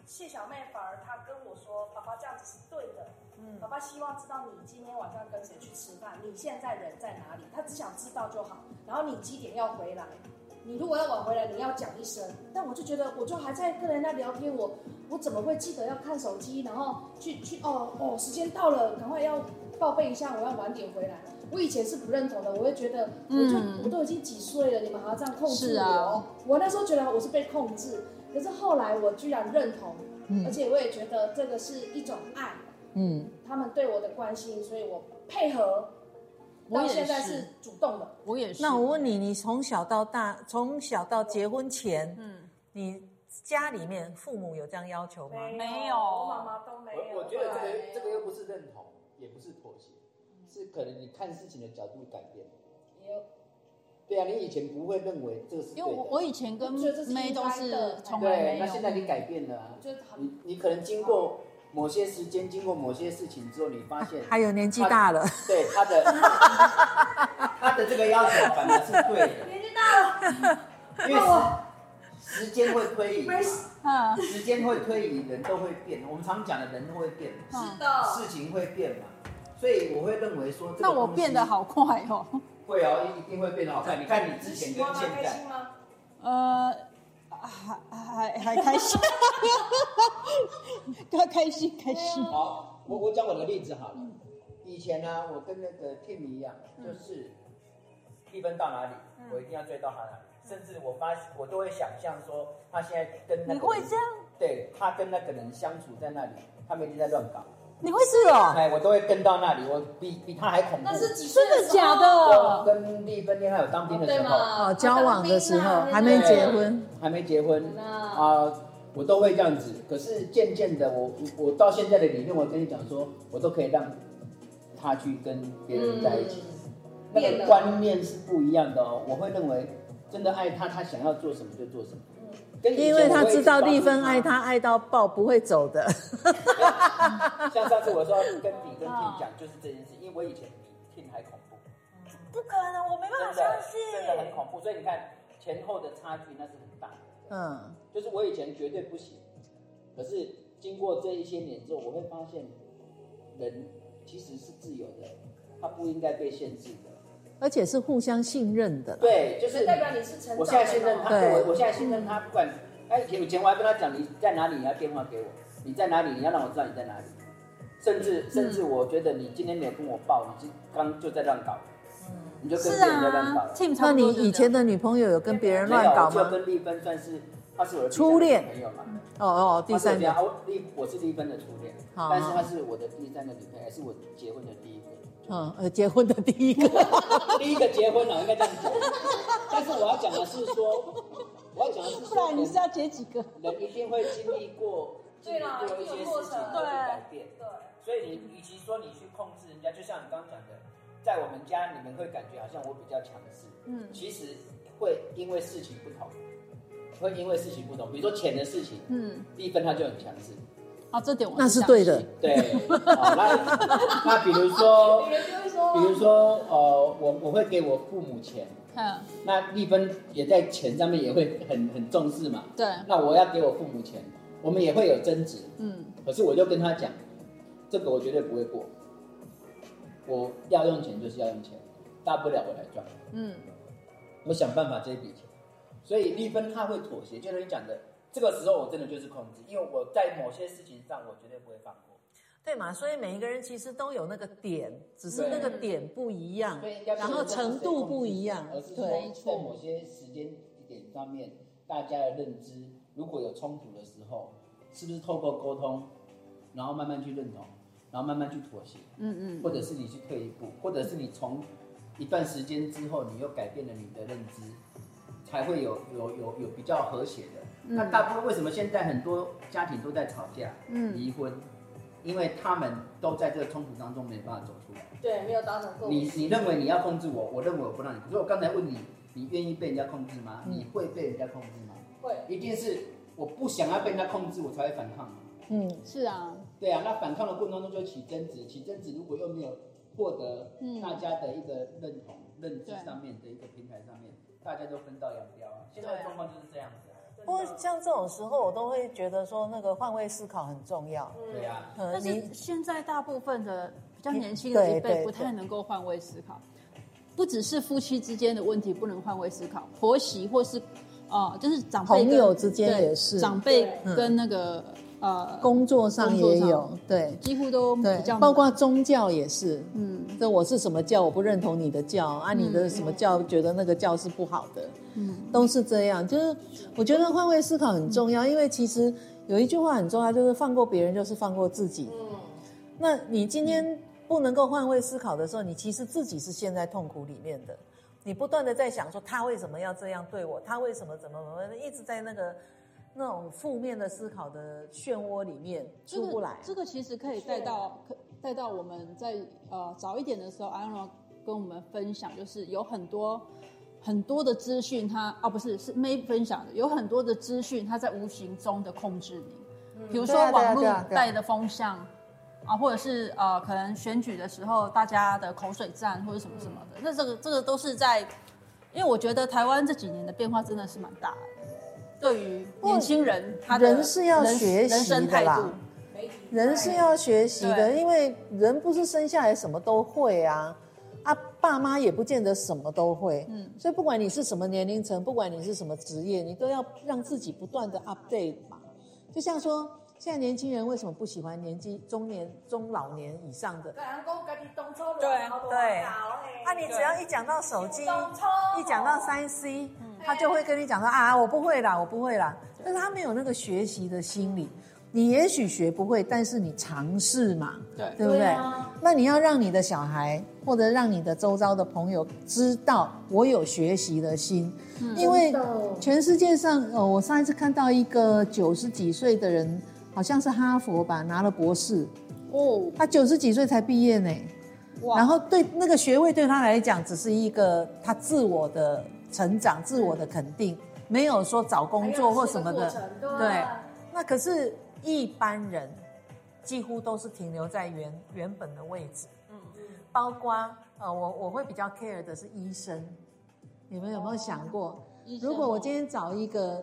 [SPEAKER 3] 谢小妹反而她跟我说：“爸爸这样子是对的，嗯，爸爸希望知道你今天晚上跟谁去吃饭，你现在人在哪里，他只想知道就好。然后你几点要回来？你如果要晚回来，你要讲一声。”但我就觉得，我就还在跟人家聊天，我我怎么会记得要看手机，然后去去哦哦，时间到了，赶快要报备一下，我要晚点回来。我以前是不认同的，我会觉得，我就、
[SPEAKER 1] 嗯
[SPEAKER 3] 我都已经几岁了，你们还要这样控制
[SPEAKER 1] 是
[SPEAKER 3] 我？
[SPEAKER 1] 啊
[SPEAKER 3] 我那时候觉得我是被控制，可是后来我居然认同，
[SPEAKER 5] 嗯
[SPEAKER 3] 而且我也觉得这个是一种爱，
[SPEAKER 5] 嗯，
[SPEAKER 3] 他们对我的关心，所以我配合。
[SPEAKER 1] 我
[SPEAKER 3] 到
[SPEAKER 1] 也
[SPEAKER 3] 现在
[SPEAKER 1] 是
[SPEAKER 3] 是主动的，
[SPEAKER 1] 我也是。
[SPEAKER 5] 那我问你，你从小到大，从小到结婚前，
[SPEAKER 1] 嗯，
[SPEAKER 5] 你家里面父母有这样要求吗？
[SPEAKER 1] 没有
[SPEAKER 3] 我妈妈都没有。
[SPEAKER 2] 我我觉得这个
[SPEAKER 3] 对
[SPEAKER 2] 这个又不是认同，也不是妥协，是可能你看事情的角度改变。
[SPEAKER 3] 也有
[SPEAKER 2] 对啊，你以前不会认为这个是对
[SPEAKER 1] 因为我
[SPEAKER 2] 的，
[SPEAKER 1] 我以前跟
[SPEAKER 3] 我觉得这是
[SPEAKER 1] 妹
[SPEAKER 3] 应
[SPEAKER 1] 都
[SPEAKER 3] 该的
[SPEAKER 1] 是从来
[SPEAKER 2] 对，
[SPEAKER 1] 没
[SPEAKER 2] 那
[SPEAKER 1] 有。
[SPEAKER 2] 现在你改变了啊
[SPEAKER 3] 我，觉得很
[SPEAKER 1] 嗯
[SPEAKER 2] 你你可能经过某些时间，经过某些事情之后，你发 现
[SPEAKER 5] 还有年纪大了，
[SPEAKER 2] 对他的他的这个要求反而是对的，
[SPEAKER 3] 年纪大了，
[SPEAKER 2] 因为时时间会推移嘛，
[SPEAKER 3] 没事
[SPEAKER 2] 时
[SPEAKER 1] 嗯
[SPEAKER 2] 间会推移，人都会变。我们常讲的人都会 变，
[SPEAKER 1] 嗯
[SPEAKER 3] 的，
[SPEAKER 2] 事情会变嘛，所以我会认为说，
[SPEAKER 1] 那我变得好快哦。
[SPEAKER 2] 会哦，一定会变得好看。你看你之前跟
[SPEAKER 3] 妈妈
[SPEAKER 2] 现
[SPEAKER 3] 开
[SPEAKER 2] 在
[SPEAKER 3] 心。吗？
[SPEAKER 1] 呃，还还还开心， 要开心开心。
[SPEAKER 2] 好，我我讲我的例子好了。以前呢、我跟那个 Tim 一样，就是一分到哪里，我一定要追到他哪里。甚至我发，我都会想象说，他现在跟那个
[SPEAKER 6] 你会
[SPEAKER 2] 人
[SPEAKER 6] 这样？
[SPEAKER 2] 对他跟那个人相处在那里，他们一定在乱搞，
[SPEAKER 1] 你会试哦？
[SPEAKER 2] 哎，我都会跟到那里，我比比他还恐怖。
[SPEAKER 3] 那是几岁
[SPEAKER 1] 真的
[SPEAKER 3] 的时候
[SPEAKER 1] 假？的？
[SPEAKER 2] 跟丽芬恋爱有当兵的
[SPEAKER 3] 对
[SPEAKER 2] 时候，
[SPEAKER 3] 嘛？
[SPEAKER 5] 哦，交往的时候
[SPEAKER 3] 啊
[SPEAKER 5] 还没结婚，
[SPEAKER 2] 还没结婚
[SPEAKER 3] 那
[SPEAKER 2] 啊、我都会这样子。可是渐渐的，我我我到现在的理论，我跟你讲说，我都可以让他去跟别
[SPEAKER 3] 嗯
[SPEAKER 2] 人在一起，那
[SPEAKER 3] 变
[SPEAKER 2] 个
[SPEAKER 3] 了
[SPEAKER 2] 观念是不一样的哦。我会认为，真的爱他，他想要做什么就做什么。
[SPEAKER 3] 嗯
[SPEAKER 2] 跟以前
[SPEAKER 5] 因为他
[SPEAKER 2] 我会
[SPEAKER 5] 知道
[SPEAKER 2] 一直
[SPEAKER 5] 丽芬
[SPEAKER 2] 帮
[SPEAKER 5] 爱他爱到爆，不会走的。
[SPEAKER 2] 像上次我说跟你跟 Tim 讲，就是这件事，因为我以前比 Tim 还恐怖，
[SPEAKER 6] 不可能，我没办法
[SPEAKER 2] 真
[SPEAKER 6] 相
[SPEAKER 2] 的
[SPEAKER 6] 信。
[SPEAKER 2] 真的很恐怖。所以你看前后的差距那是很大的，
[SPEAKER 5] 嗯，
[SPEAKER 2] 就是我以前绝对不行，可是经过这一些年之后，我会发现人其实是自由的，他不应该被限制的。
[SPEAKER 5] 而且是互相信任的。
[SPEAKER 2] 对，就
[SPEAKER 3] 所以
[SPEAKER 2] 是
[SPEAKER 3] 代表你是成长的嘛。
[SPEAKER 2] 我现在信任他，
[SPEAKER 5] 对
[SPEAKER 2] 我我现在信任他，不管哎，以前我还跟他讲你在哪里，你要电话给我，你在哪里，你要让我知道你在哪里。甚至甚至，我觉得你今天没有跟我报，你就刚就在乱搞，你就跟别
[SPEAKER 1] 是
[SPEAKER 2] 人在乱搞
[SPEAKER 1] 啊。，Tim 差
[SPEAKER 5] 那
[SPEAKER 1] 不
[SPEAKER 5] 你
[SPEAKER 1] 多就是
[SPEAKER 5] 以前的女朋友有跟别人
[SPEAKER 2] 没有
[SPEAKER 5] 乱搞
[SPEAKER 2] 我就
[SPEAKER 5] 吗？
[SPEAKER 2] 跟丽芬算是，她是我的第三
[SPEAKER 5] 初
[SPEAKER 2] 个
[SPEAKER 5] 恋
[SPEAKER 2] 女朋友嘛，
[SPEAKER 5] 哦哦，
[SPEAKER 2] 她
[SPEAKER 5] 第
[SPEAKER 2] 是我
[SPEAKER 5] 三个，
[SPEAKER 2] 啊我丽我是丽芬的初恋，
[SPEAKER 5] 好
[SPEAKER 2] 但是她是我的第三个女朋友，也是我结婚的第一个。
[SPEAKER 5] 嗯，呃，结婚的第 一个，
[SPEAKER 2] 第一个结婚了，应该这样讲。但是我要讲的是说，我要讲的是
[SPEAKER 1] 不
[SPEAKER 2] 说，
[SPEAKER 1] 然你是要结几个？
[SPEAKER 2] 人一定会经历过，经
[SPEAKER 6] 对
[SPEAKER 2] 历
[SPEAKER 6] 啦
[SPEAKER 2] 过一些
[SPEAKER 6] 有
[SPEAKER 2] 事情
[SPEAKER 6] 过
[SPEAKER 2] 会
[SPEAKER 6] 程
[SPEAKER 2] 改变。
[SPEAKER 6] 对，
[SPEAKER 2] 所以你与其说你去控制人家，就像你刚刚讲的，在我们家你们会感觉好像我比较强势，
[SPEAKER 1] 嗯
[SPEAKER 2] 其实会因为事情不同，会因为事情不同，比如说钱的事情，
[SPEAKER 1] 嗯，
[SPEAKER 2] 一分他就很强势，
[SPEAKER 1] 好，这点我
[SPEAKER 5] 那是
[SPEAKER 1] 相
[SPEAKER 5] 对
[SPEAKER 1] 信
[SPEAKER 5] 的。
[SPEAKER 2] 对，好那那比如说
[SPEAKER 3] 女，人就会说，
[SPEAKER 2] 比如说呃，我我会给我父母钱。
[SPEAKER 1] 嗯，
[SPEAKER 2] 那丽芬也在钱上面也会很很重视嘛，
[SPEAKER 1] 对，
[SPEAKER 2] 那我要给我父母钱，我们也会有争执，
[SPEAKER 1] 嗯，
[SPEAKER 2] 可是我就跟他讲，这个我绝对不会过，我要用钱就是要用钱，大不了我来赚，
[SPEAKER 1] 嗯，
[SPEAKER 2] 我想办法这一笔钱。所以丽芬她会妥协，就像你讲的，这个时候我真的就是控制，因为我在某些事情上我绝对不会放过，
[SPEAKER 5] 对嘛？所以每一个人其实都有那个点，只是
[SPEAKER 2] 对
[SPEAKER 5] 那个点不一样
[SPEAKER 2] 所以应，该不
[SPEAKER 5] 然
[SPEAKER 2] 是
[SPEAKER 5] 后
[SPEAKER 2] 说谁
[SPEAKER 5] 程度不一样
[SPEAKER 2] 而是，说
[SPEAKER 5] 对。
[SPEAKER 2] 在某些时间点上面，大家的认知如果有冲突的时候，是不是透过沟通，然后慢慢去认同，然后慢慢去妥协，
[SPEAKER 1] 嗯嗯，
[SPEAKER 2] 或者是你去退一步，或者是你从一段时间之后，你又改变了你的认知，才会有有有有比较和谐的。那大部分为什么现在很多家庭都在吵架、
[SPEAKER 1] 嗯
[SPEAKER 2] 离婚？因为他们都在这个冲突当中没办法走出来。
[SPEAKER 3] 对，没有达成共
[SPEAKER 2] 你
[SPEAKER 3] 识。
[SPEAKER 2] 你认为你要控制我，我认为我不让你。可是我刚才问你，你愿意被人家控制吗？你会被人家控制吗？
[SPEAKER 3] 会，
[SPEAKER 2] 一定是我不想要被人家控制，我才会反抗嘛。
[SPEAKER 5] 嗯，
[SPEAKER 1] 是啊，
[SPEAKER 2] 对啊，那反抗的过程当中就会起争执，起争执如果又没有获得
[SPEAKER 1] 嗯
[SPEAKER 2] 大家的一个认同、认知
[SPEAKER 1] 对
[SPEAKER 2] 上面的一个平台上面，大家都分道扬镳啊。现在的状况就是这样子啊。
[SPEAKER 5] 不过像这种时候，我都会觉得说那个换位思考很重要。
[SPEAKER 2] 对啊，
[SPEAKER 1] 嗯
[SPEAKER 5] 呃
[SPEAKER 1] 但是
[SPEAKER 5] 你
[SPEAKER 1] 现在大部分的比较年轻的一
[SPEAKER 5] 对
[SPEAKER 1] 辈
[SPEAKER 5] 对
[SPEAKER 1] 不太能够换位思考，不只是夫妻之间的问题不能换位思考，婆媳或是哦、呃就是长辈跟
[SPEAKER 5] 朋友之间
[SPEAKER 1] 对
[SPEAKER 5] 也是
[SPEAKER 1] 长辈
[SPEAKER 5] 对嗯
[SPEAKER 1] 跟那个、呃
[SPEAKER 5] 工作上也
[SPEAKER 1] 工
[SPEAKER 5] 有
[SPEAKER 1] 作上，
[SPEAKER 5] 对
[SPEAKER 1] 几乎都比较
[SPEAKER 5] 对，
[SPEAKER 1] 难
[SPEAKER 5] 包括宗教也是。
[SPEAKER 1] 嗯
[SPEAKER 5] 这我是什么教，我不认同你的教啊，你的什么教，觉得那个教是不好的，
[SPEAKER 1] 嗯
[SPEAKER 5] 都是这样。就是我觉得换位思考很重要，因为其实有一句话很重要，就是放过别人就是放过自己。
[SPEAKER 3] 嗯，
[SPEAKER 5] 那你今天不能够换位思考的时候，你其实自己是陷在痛苦里面的。你不断的在想说他为什么要这样对我，他为什么怎么怎么，一直在那个那种负面的思考的漩涡里面
[SPEAKER 1] 这
[SPEAKER 5] 出不
[SPEAKER 1] 个
[SPEAKER 5] 来。啊
[SPEAKER 1] 这个其实可以带到可带到我们在呃早一点的时候，安罗跟我们分享，就是有很多很多的资讯它，啊不是是 May 分享的，有很多的资讯，它在无形中的控制你，比如说
[SPEAKER 5] 对啊对啊
[SPEAKER 1] 网络
[SPEAKER 5] 对啊对啊
[SPEAKER 1] 带的风向。啊，或者是呃，可能选举的时候大家的口水战或者什么什么
[SPEAKER 5] 嗯
[SPEAKER 1] 的，那这个这个都是在，因为我觉得台湾这几年的变化真的是蛮大的，对于年轻人他的
[SPEAKER 5] 人是要
[SPEAKER 1] 人
[SPEAKER 5] 学习
[SPEAKER 1] 人生
[SPEAKER 5] 的
[SPEAKER 1] 态
[SPEAKER 5] 啦
[SPEAKER 1] 度，
[SPEAKER 3] 媒体
[SPEAKER 5] 人是要学习的，
[SPEAKER 1] 对
[SPEAKER 5] 因为人不是生下来什么都会啊，啊，爸妈也不见得什么都会，嗯，所以不管你是什么年龄层，不管你是什么职业，你都要让自己不断的 update 嘛。就像说，现在年轻人为什么不喜欢年纪中年、中老年以上的？
[SPEAKER 3] 人讲家己当初
[SPEAKER 6] 对
[SPEAKER 5] 对
[SPEAKER 6] 啊
[SPEAKER 5] 啊，你只要一讲到手机，
[SPEAKER 3] 当初
[SPEAKER 5] 一讲到三 C，他就会跟你讲说啊，我不会啦，我不会啦。但是他没有那个学习的心理，你也许学不会，但是你尝试嘛，
[SPEAKER 1] 对
[SPEAKER 5] 对不对？
[SPEAKER 3] 对啊
[SPEAKER 5] 那你要让你的小孩或者让你的周遭的朋友知道我有学习的心，
[SPEAKER 3] 嗯
[SPEAKER 5] 因为
[SPEAKER 3] 真的
[SPEAKER 5] 全世界上，呃，我上一次看到一个九十几岁的人，好像是哈佛吧，拿了博士，
[SPEAKER 1] 哦，
[SPEAKER 5] 他九十几岁才毕业呢。
[SPEAKER 1] 哇
[SPEAKER 5] 然后对那个学位对他来讲，只是一个他自我的成长、自我的肯定，没有说找工作或什么
[SPEAKER 3] 还
[SPEAKER 5] 的
[SPEAKER 3] 有哎这个。过程对
[SPEAKER 5] 对
[SPEAKER 3] 啊，
[SPEAKER 5] 那可是，一般人几乎都是停留在原原本的位置。嗯，包括呃，我我会比较 care 的是医生。你们有没有想过，
[SPEAKER 3] 嗯
[SPEAKER 5] 如果我今天找一个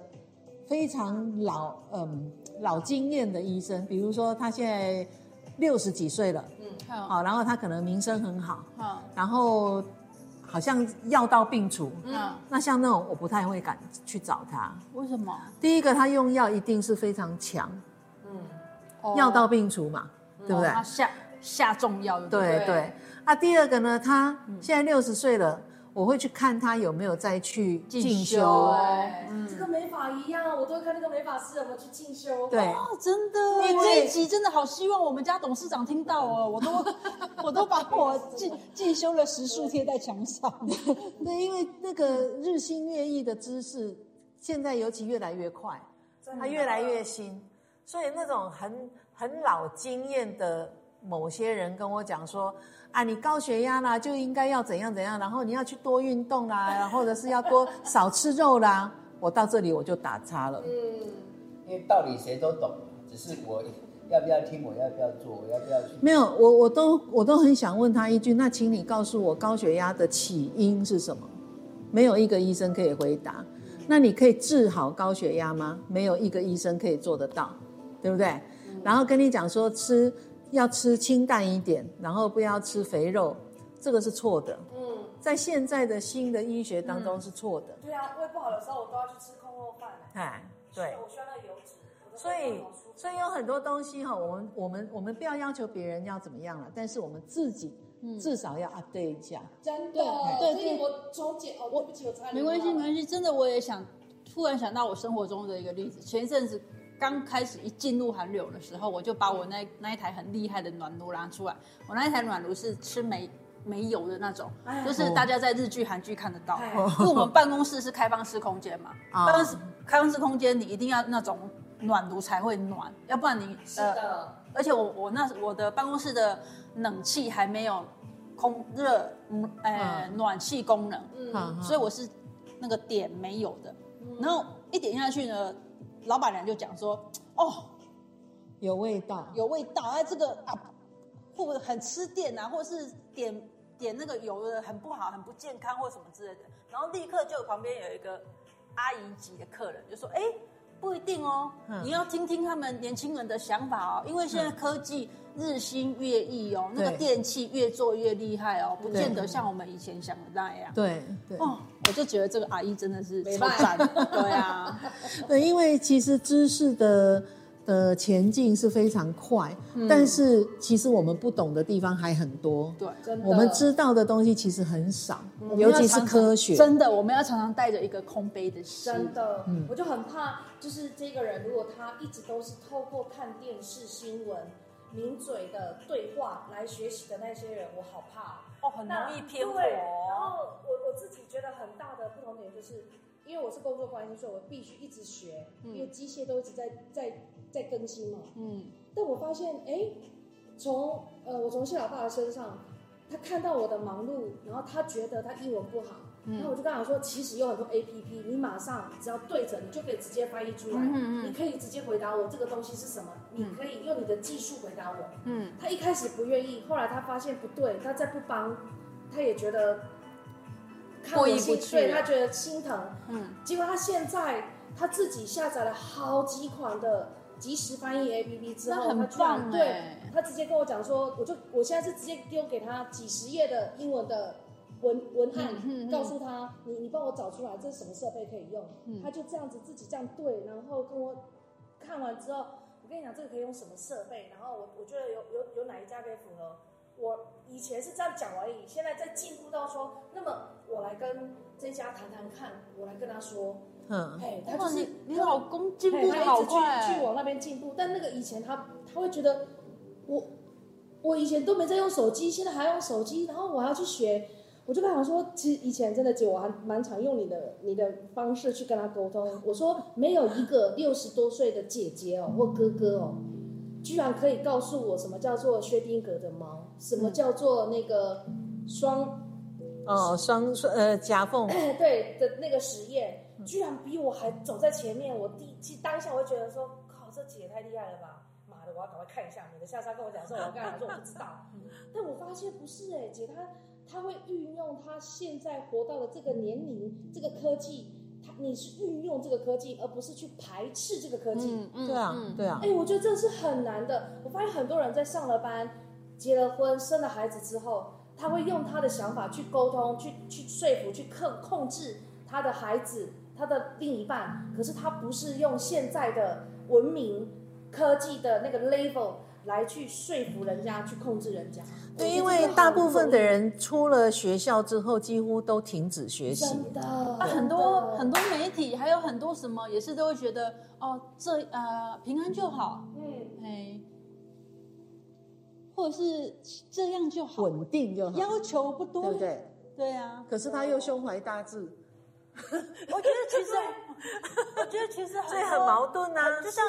[SPEAKER 5] 非常老嗯老经验的医生，比如说他现在六十几岁了，
[SPEAKER 1] 好，
[SPEAKER 5] 哦好，然后他可能名声很好，
[SPEAKER 1] 好，
[SPEAKER 5] 然后好像药到病除。
[SPEAKER 1] 嗯，
[SPEAKER 5] 那像那种我不太会敢去找他。
[SPEAKER 1] 为什么？
[SPEAKER 5] 第一个，他用药一定是非常强，
[SPEAKER 1] 哦
[SPEAKER 5] 药到病除嘛，对不对
[SPEAKER 1] 哦？他下下重药就
[SPEAKER 5] 对
[SPEAKER 1] 了
[SPEAKER 5] 对。啊，第二个呢，他
[SPEAKER 1] 嗯
[SPEAKER 5] 现在六十岁了，我会去看他有没有再去
[SPEAKER 1] 进
[SPEAKER 5] 进
[SPEAKER 1] 修哎
[SPEAKER 5] 修。
[SPEAKER 3] 这跟美发一样，我都会看那个美发师有没有去进修。
[SPEAKER 5] 对，
[SPEAKER 1] 啊，真的！
[SPEAKER 5] 因
[SPEAKER 1] 你
[SPEAKER 5] 为
[SPEAKER 1] 这一集真的好希望我们家董事长听到哦，我都 我都把我进进修了时数贴在墙上。
[SPEAKER 5] 对，因为那个日新月异的知识，现在尤其越来越快，它越来越新，所以那种很很老经验的某些人跟我讲说。啊，你高血压啦，就应该要怎样怎样，然后你要去多运动啦，然后或者是要多少吃肉啦。我到这里我就打叉了。
[SPEAKER 3] 嗯，
[SPEAKER 2] 因为道理谁都懂，只是我要不要听，我要不要做，我要不要去。
[SPEAKER 5] 没有，我我都我都很想问他一句，那请你告诉我高血压的起因是什么？没有一个医生可以回答。那你可以治好高血压吗？没有一个医生可以做得到，对不对？然后跟你讲说吃要吃清淡一点，然后不要吃肥肉，这个是错的。嗯，在现在的新的医学当中是错的。
[SPEAKER 3] 对啊，胃不好的时候我都要去吃空肉饭。
[SPEAKER 5] 哎，对。
[SPEAKER 3] 我需要那个油脂。
[SPEAKER 5] 所以，所以有很多东西哈，我们我们我们不要要求别人要怎么样了，但是我们自己至少要 update 一下。
[SPEAKER 3] 真的，
[SPEAKER 1] 对
[SPEAKER 3] 所以
[SPEAKER 1] 对
[SPEAKER 3] 我从姐哦，对不起，我差点
[SPEAKER 1] 没关系，
[SPEAKER 3] 忘
[SPEAKER 1] 没
[SPEAKER 3] 了
[SPEAKER 1] 关系。真的，我也想突然想到我生活中的一个例子。前一阵子刚开始一进入寒流的时候，我就把我那那一台很厉害的暖炉拿出来。我那一台暖炉是吃煤煤油的那种，
[SPEAKER 3] 哎
[SPEAKER 1] 就是大家在日剧、韩剧看得到。因为我们办公室是开放式空间嘛，
[SPEAKER 5] 哦
[SPEAKER 1] 办公室开放式空间你一定要那种暖炉才会暖，要不然你
[SPEAKER 3] 是
[SPEAKER 1] 呃
[SPEAKER 3] 的，
[SPEAKER 1] 而且我我那我的办公室的冷气还没有空热，嗯，呃，暖气功能，
[SPEAKER 5] 嗯
[SPEAKER 1] 所以我是那个点没有的。
[SPEAKER 3] 嗯
[SPEAKER 1] 然后一点下去呢，老板娘就讲说，哦，
[SPEAKER 5] 有味道，
[SPEAKER 1] 有味道，哎，这个啊，会不会很吃电啊，或是点点那个油的很不好，很不健康或什么之类的。然后立刻就旁边有一个阿姨级的客人就说，哎。不一定哦，
[SPEAKER 5] 嗯
[SPEAKER 1] 你要听听他们年轻人的想法哦，因为现在科技日新月异哦，那个
[SPEAKER 5] 对
[SPEAKER 1] 电器越做越厉害哦，不见
[SPEAKER 5] 对
[SPEAKER 1] 得像我们以前想的那样。
[SPEAKER 5] 对对、
[SPEAKER 1] 哦，我就觉得这个阿姨真的是
[SPEAKER 3] 没
[SPEAKER 1] 超
[SPEAKER 3] 办
[SPEAKER 1] 赞， 对啊，
[SPEAKER 5] 对，因为其实知识的的前进是非常快，但是其实我们不懂的地方还很多，
[SPEAKER 1] 对，
[SPEAKER 3] 真的，
[SPEAKER 5] 我们知道的东西其实很少，
[SPEAKER 1] 我们
[SPEAKER 5] 尤
[SPEAKER 1] 要
[SPEAKER 5] 其是
[SPEAKER 1] 常常
[SPEAKER 5] 科学。
[SPEAKER 1] 真的，我们要常常带着一个空杯的心，
[SPEAKER 3] 真的，
[SPEAKER 1] 嗯
[SPEAKER 3] 我就很怕，就是这个人如果他一直都是透过看电视新闻、名嘴的对话来学习的那些人，我好怕哦。
[SPEAKER 6] 哦，很容易偏颇
[SPEAKER 3] 对然
[SPEAKER 6] 哦。
[SPEAKER 3] 后我我自己觉得很大的不同点就是，因为我是工作关系，所以我必须一直学，
[SPEAKER 6] 嗯
[SPEAKER 3] 因为机械都一直在在在更新嘛。
[SPEAKER 1] 嗯，
[SPEAKER 3] 但我发现，哎，从呃我从谢老爸的身上，他看到我的忙碌，然后他觉得他英文不好。然后我就跟他说，其实有很多 A P P，你马上只要对着，你就可以直接翻译出来，你可以直接回答我这个东西是什么，你可以用你的技术回答我。
[SPEAKER 1] 嗯，
[SPEAKER 3] 他一开始不愿意，后来他发现不对，他再不帮，他也觉得看
[SPEAKER 1] 过
[SPEAKER 3] 我
[SPEAKER 1] 意
[SPEAKER 3] 心
[SPEAKER 1] 不去
[SPEAKER 3] 对
[SPEAKER 1] 了
[SPEAKER 3] 他觉得心疼。
[SPEAKER 1] 嗯，
[SPEAKER 3] 结果他现在他自己下载了好几款的即时翻译 A P P 之
[SPEAKER 1] 那
[SPEAKER 3] 后，
[SPEAKER 1] 很
[SPEAKER 3] 他居然
[SPEAKER 1] 棒
[SPEAKER 3] 对
[SPEAKER 1] 欸
[SPEAKER 3] 他直接跟我讲说，我就我现在是直接丢给他几十页的英文的文
[SPEAKER 1] 嗯
[SPEAKER 3] 文案，告诉他你你帮我找出来这是什么设备可以用，他就这样子自己这样对，然后跟我看完之后，我跟你讲这个可以用什么设备，然后我我觉得有有有哪一家可以符合。我以前是这样讲而已，现在在进步到说，那么我来跟这家谈谈看，我来跟他说，
[SPEAKER 5] 嗯，
[SPEAKER 3] 哎，他就
[SPEAKER 1] 哇，
[SPEAKER 3] 是
[SPEAKER 1] 你你老公进
[SPEAKER 3] 对
[SPEAKER 1] 步
[SPEAKER 3] 他
[SPEAKER 1] 的
[SPEAKER 3] 一
[SPEAKER 1] 好
[SPEAKER 3] 直去去
[SPEAKER 1] 快，
[SPEAKER 3] 往那边进步。但那个以前他他会觉得我我以前都没在用手机，现在还用手机，然后我还要去学。我就跟他讲说，其实以前真的姐，我还蛮常用你的你的方式去跟他沟通。我说没有一个六十多岁的姐姐哦或哥哥哦，居然可以告诉我什么叫做薛定谔的猫，什么叫做那个双
[SPEAKER 5] 哦，双双呃夹缝，
[SPEAKER 3] 对的那个实验，居然比我还走在前面。我第其实当下我就觉得说，靠，这姐也太厉害了吧！妈的，我要赶快看一下。你的下次要跟我讲说，我要跟他讲说我不知道。但我发现不是哎、姐她她会运用她现在活到的这个年龄，这个科技，她你是运用这个科技，而不是去排斥这个科技。
[SPEAKER 1] 嗯嗯
[SPEAKER 5] 对啊
[SPEAKER 1] 嗯
[SPEAKER 5] 对啊
[SPEAKER 3] 哎、，我觉得这是很难的。我发现很多人在上了班、结了婚、生了孩子之后，他会用他的想法去沟通、去去说服、去控控制他的孩子、他的另一半，可是他不是用现在的文明科技的那个 level 来去说服人家、去控制人家。
[SPEAKER 5] 对，
[SPEAKER 3] 我觉得
[SPEAKER 5] 因
[SPEAKER 3] 这
[SPEAKER 5] 为
[SPEAKER 3] 个
[SPEAKER 5] 大
[SPEAKER 3] 很
[SPEAKER 5] 部分的
[SPEAKER 3] 容易
[SPEAKER 5] 人出了学校之后，几乎都停止学习。
[SPEAKER 3] 真的
[SPEAKER 1] 啊，很多很多媒体还有很多什么也是都会觉得哦，这呃平安就好，
[SPEAKER 3] 嗯。
[SPEAKER 1] 哎，或者是这样就好，
[SPEAKER 5] 稳定就好，
[SPEAKER 1] 要求不多，
[SPEAKER 5] 对不？对？
[SPEAKER 1] 对啊，
[SPEAKER 5] 可是他又胸怀大志，
[SPEAKER 6] 我觉得其实， 我觉得其实
[SPEAKER 5] 所以
[SPEAKER 6] 很
[SPEAKER 5] 很
[SPEAKER 6] 多，
[SPEAKER 5] 矛盾啊。
[SPEAKER 1] 就像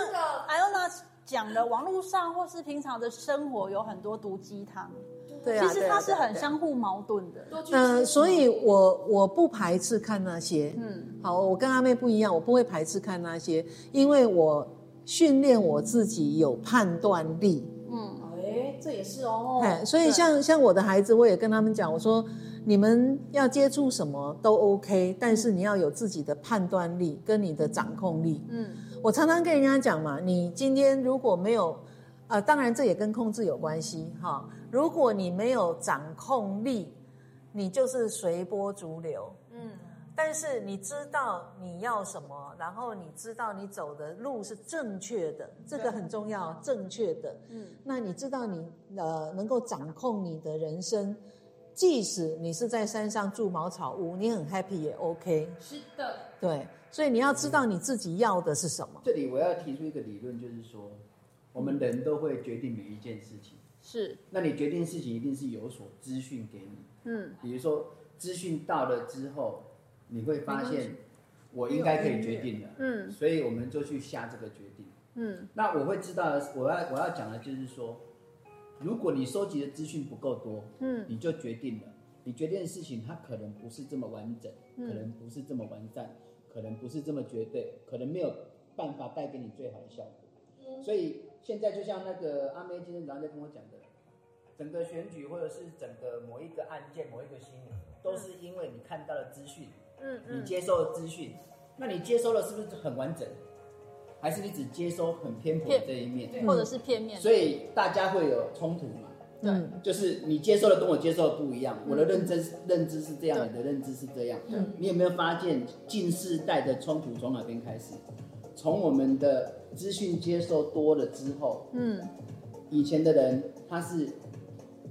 [SPEAKER 1] 艾欧娜讲的，网络上或是平常的生活有很多毒鸡汤，
[SPEAKER 5] 对啊，
[SPEAKER 1] 其实
[SPEAKER 5] 对啊
[SPEAKER 1] 它是很。
[SPEAKER 5] 对啊
[SPEAKER 1] 相互矛盾的。
[SPEAKER 3] 多去
[SPEAKER 5] 嗯，
[SPEAKER 3] 思
[SPEAKER 5] 所
[SPEAKER 3] 考
[SPEAKER 5] 以我我不排斥看那些，
[SPEAKER 1] 嗯，
[SPEAKER 5] 好，我跟阿妹不一样，我不会排斥看那些，因为我训练我自己有判断力，
[SPEAKER 1] 嗯，
[SPEAKER 3] 哎，这也是哦。
[SPEAKER 5] 哎，所以像像我的孩子，我也跟他们讲，我说你们要接触什么都 OK，但是你要有自己的判断力跟你的掌控力。
[SPEAKER 1] 嗯，
[SPEAKER 5] 我常常跟人家讲嘛，你今天如果没有，呃，当然这也跟控制有关系哈。如果你没有掌控力，你就是随波逐流。嗯，但是你知道你要什么，然后你知道你走的路是正确的，这个很重要，正确的。那你知道你呃能够掌控你的人生，即使你是在山上住茅草屋，你很 happy 也 OK。
[SPEAKER 3] 是的，
[SPEAKER 5] 对，所以你要知道你自己要的是什么。
[SPEAKER 2] 这里我要提出一个理论，就是说，我们人都会决定每一件事情。
[SPEAKER 1] 是，
[SPEAKER 2] 那你决定事情一定是有所资讯给你，
[SPEAKER 1] 嗯
[SPEAKER 2] 比如说资讯到了之后，你会发现我应该可以决定了，
[SPEAKER 1] 嗯
[SPEAKER 2] 所以我们就去下这个决定。
[SPEAKER 1] 嗯
[SPEAKER 2] 那我会知道的是，我要我要讲的就是说，如果你收集的资讯不够多，
[SPEAKER 1] 嗯
[SPEAKER 2] 你就决定了，你决定的事情它可能不是这么完整，
[SPEAKER 1] 嗯
[SPEAKER 2] 可能不是这么完善，可能不是这么绝对，可能没有办法带给你最好的效果。所以现在就像那个阿妹今天早上在跟我讲的，整个选举或者是整个某一个案件、某一个新闻，都是因为你看到了资讯，
[SPEAKER 1] 嗯
[SPEAKER 2] 你接收了资讯，那你接收了是不是很完整？还是你只接收很偏颇的这一面？
[SPEAKER 1] 或者是片面的，
[SPEAKER 2] 所以大家会有冲突嘛？
[SPEAKER 1] 对
[SPEAKER 5] 嗯，
[SPEAKER 2] 就是你接受的跟我接受的不一样，我的认真是认知是这样，你的认知是这样。
[SPEAKER 5] 嗯
[SPEAKER 2] 你有没有发现近世代的冲突从哪边开始？从我们的资讯接受多了之后，
[SPEAKER 1] 嗯
[SPEAKER 2] 以前的人他是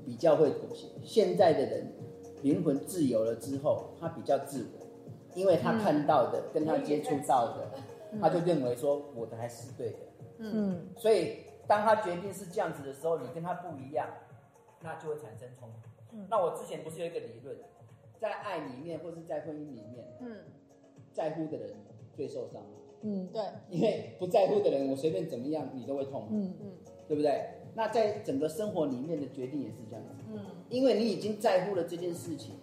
[SPEAKER 2] 比较会妥协，现在的人灵魂自由了之后，他比较自我，因为他看到的、跟他接触到的，他就认为说我的还是对的。
[SPEAKER 5] 嗯，
[SPEAKER 2] 所以当他决定是这样子的时候，你跟他不一样，那就会产生冲突。那我之前不是有一个理论，在爱里面或是在婚姻里面，
[SPEAKER 1] 嗯，
[SPEAKER 2] 在乎的人最受伤，
[SPEAKER 1] 对，
[SPEAKER 2] 因为不在乎的人，我随便怎么样你都会痛，嗯
[SPEAKER 1] 嗯，
[SPEAKER 2] 对不对？那在整个生活里面的决定也是这样子，嗯，因为你已经在乎了这件事情，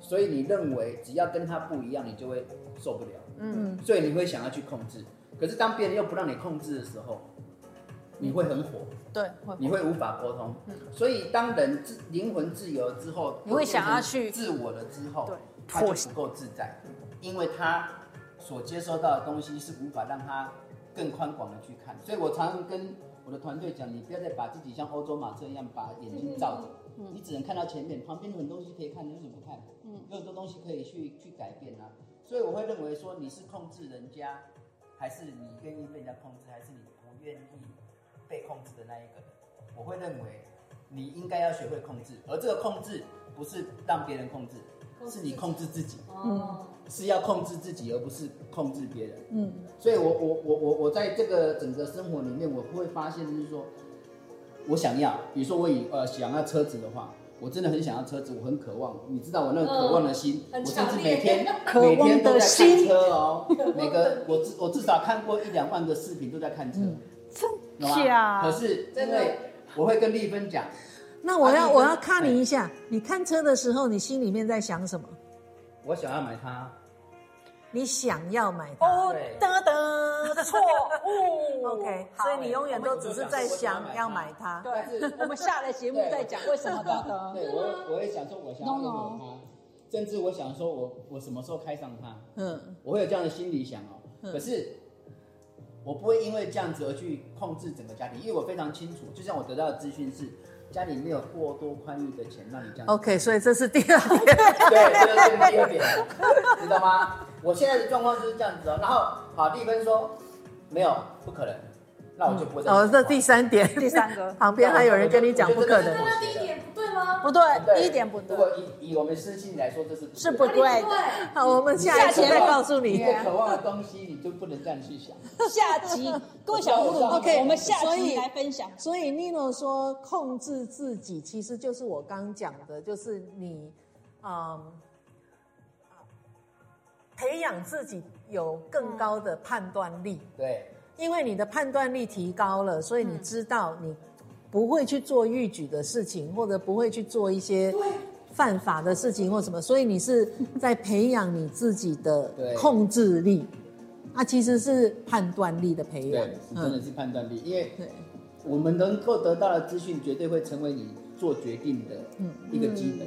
[SPEAKER 2] 所以你认为只要跟他不一样，你就会受不了，嗯，所以你会想要去控制。可是当别人又不让你控制的时候，你会很火，
[SPEAKER 1] 对，会嗯
[SPEAKER 2] 你会无法沟通。所以当人自灵魂自由之后，
[SPEAKER 1] 你会想要去
[SPEAKER 2] 自我了之后，
[SPEAKER 1] 对
[SPEAKER 2] 他就不够自在，因为他所接收到的东西是无法让他更宽广的去看。所以我常常跟我的团队讲，你不要再把自己像欧洲马车一样把眼睛罩着，
[SPEAKER 1] 嗯
[SPEAKER 2] 你只能看到前面，旁边有很多东西可以看，你为什么不看？有很多东西可以去去改变啊。所以我会认为说，你是控制人家，还是你愿意被人家控制，还是你不愿意被控制的那一个人？我会认为你应该要学会控制，而这个控制不是让别人控制，是你控制自己，
[SPEAKER 3] 哦，
[SPEAKER 2] 是要控制自己，而不是控制别人。
[SPEAKER 5] 嗯，
[SPEAKER 2] 所以我我我我我在这个整个生活里面，我会发现就是说，我想要，比如说我以呃想要车子的话，我真的很想要车子，我很渴望。你知道我那个渴望的心，
[SPEAKER 3] 嗯很
[SPEAKER 2] 我甚
[SPEAKER 3] 强
[SPEAKER 2] 至
[SPEAKER 3] 烈
[SPEAKER 2] 每天
[SPEAKER 4] 渴
[SPEAKER 2] 每
[SPEAKER 4] 望
[SPEAKER 2] 天都
[SPEAKER 4] 的
[SPEAKER 2] 在看
[SPEAKER 4] 心
[SPEAKER 2] 车哦。 每个我至我至少看过一两万个视频都在看车，
[SPEAKER 4] 嗯
[SPEAKER 2] 懂吗？
[SPEAKER 1] 假
[SPEAKER 2] 可是因为我会跟丽芬讲，
[SPEAKER 5] 那我
[SPEAKER 2] 啊
[SPEAKER 5] 要
[SPEAKER 2] 你
[SPEAKER 5] 我
[SPEAKER 2] 跟
[SPEAKER 5] 要看你一下，你看车的时候，你心里面在想什么？
[SPEAKER 2] 我想要买它，
[SPEAKER 5] 你想要买它
[SPEAKER 6] 哦
[SPEAKER 2] 对，
[SPEAKER 6] 噔噔，错误。
[SPEAKER 5] ？OK，
[SPEAKER 6] 好
[SPEAKER 5] 所以你永远都只是在想要买
[SPEAKER 1] 哦
[SPEAKER 5] 它。
[SPEAKER 1] 对
[SPEAKER 2] 但是，
[SPEAKER 1] 我们下了节目再讲为什么等等。
[SPEAKER 2] 对我会我会想说，我想要拥
[SPEAKER 1] 哦
[SPEAKER 2] 有它，甚至我想说我我什么时候开上它。
[SPEAKER 5] 嗯，
[SPEAKER 2] 我会有这样的心理想哦。
[SPEAKER 1] 嗯
[SPEAKER 2] 可是我不会因为这样子而去控制整个家庭，因为我非常清楚，就像我得到的资讯是，家里没有过多宽裕的钱让你这样子。
[SPEAKER 5] 嗯 OK，所以这是第二点。
[SPEAKER 2] 对，这就是第二点，知道吗？我现在的状况就是这样子哦。然后好，丽芬说没有，不可能，那我就不会
[SPEAKER 1] 嗯
[SPEAKER 2] 再讲话。
[SPEAKER 5] 哦，这第三点，
[SPEAKER 1] 第三个
[SPEAKER 5] 旁边还有人跟你讲不可
[SPEAKER 2] 我觉得
[SPEAKER 5] 能
[SPEAKER 2] 这。
[SPEAKER 3] 那第一点不对吗？
[SPEAKER 1] 不对，第一点不
[SPEAKER 2] 如
[SPEAKER 1] 对，
[SPEAKER 2] 果以以我们身心来说，这是
[SPEAKER 1] 是
[SPEAKER 2] 对
[SPEAKER 1] 不
[SPEAKER 2] 的
[SPEAKER 1] 对
[SPEAKER 3] 哪里
[SPEAKER 5] 好，我们下一次再告诉
[SPEAKER 2] 你
[SPEAKER 5] 你。
[SPEAKER 2] 一个渴望的东西，你就不能这样去想。
[SPEAKER 1] 下集各位小葫芦
[SPEAKER 5] OK，
[SPEAKER 1] 我们下
[SPEAKER 5] 所
[SPEAKER 1] 集
[SPEAKER 5] 以
[SPEAKER 1] 来分享。
[SPEAKER 5] 所以 Nino 说控制自己，其实就是我刚讲的，就是你，嗯，培养自己有更高的判断力，
[SPEAKER 2] 对，
[SPEAKER 5] 因为你的判断力提高了，所以
[SPEAKER 2] 嗯
[SPEAKER 5] 你知道你不会去做逾矩的事情，或者不会去做一些犯法的事情或什么，所以你是在培养你自己的
[SPEAKER 2] 对
[SPEAKER 5] 控制力。啊，其实是判断力的培养
[SPEAKER 2] 对，，是真的
[SPEAKER 5] 嗯，
[SPEAKER 2] 是判断力，因为
[SPEAKER 5] 对。
[SPEAKER 2] 我们能够得到的资讯，绝对会成为你做决定的
[SPEAKER 5] 嗯
[SPEAKER 2] 一个基本。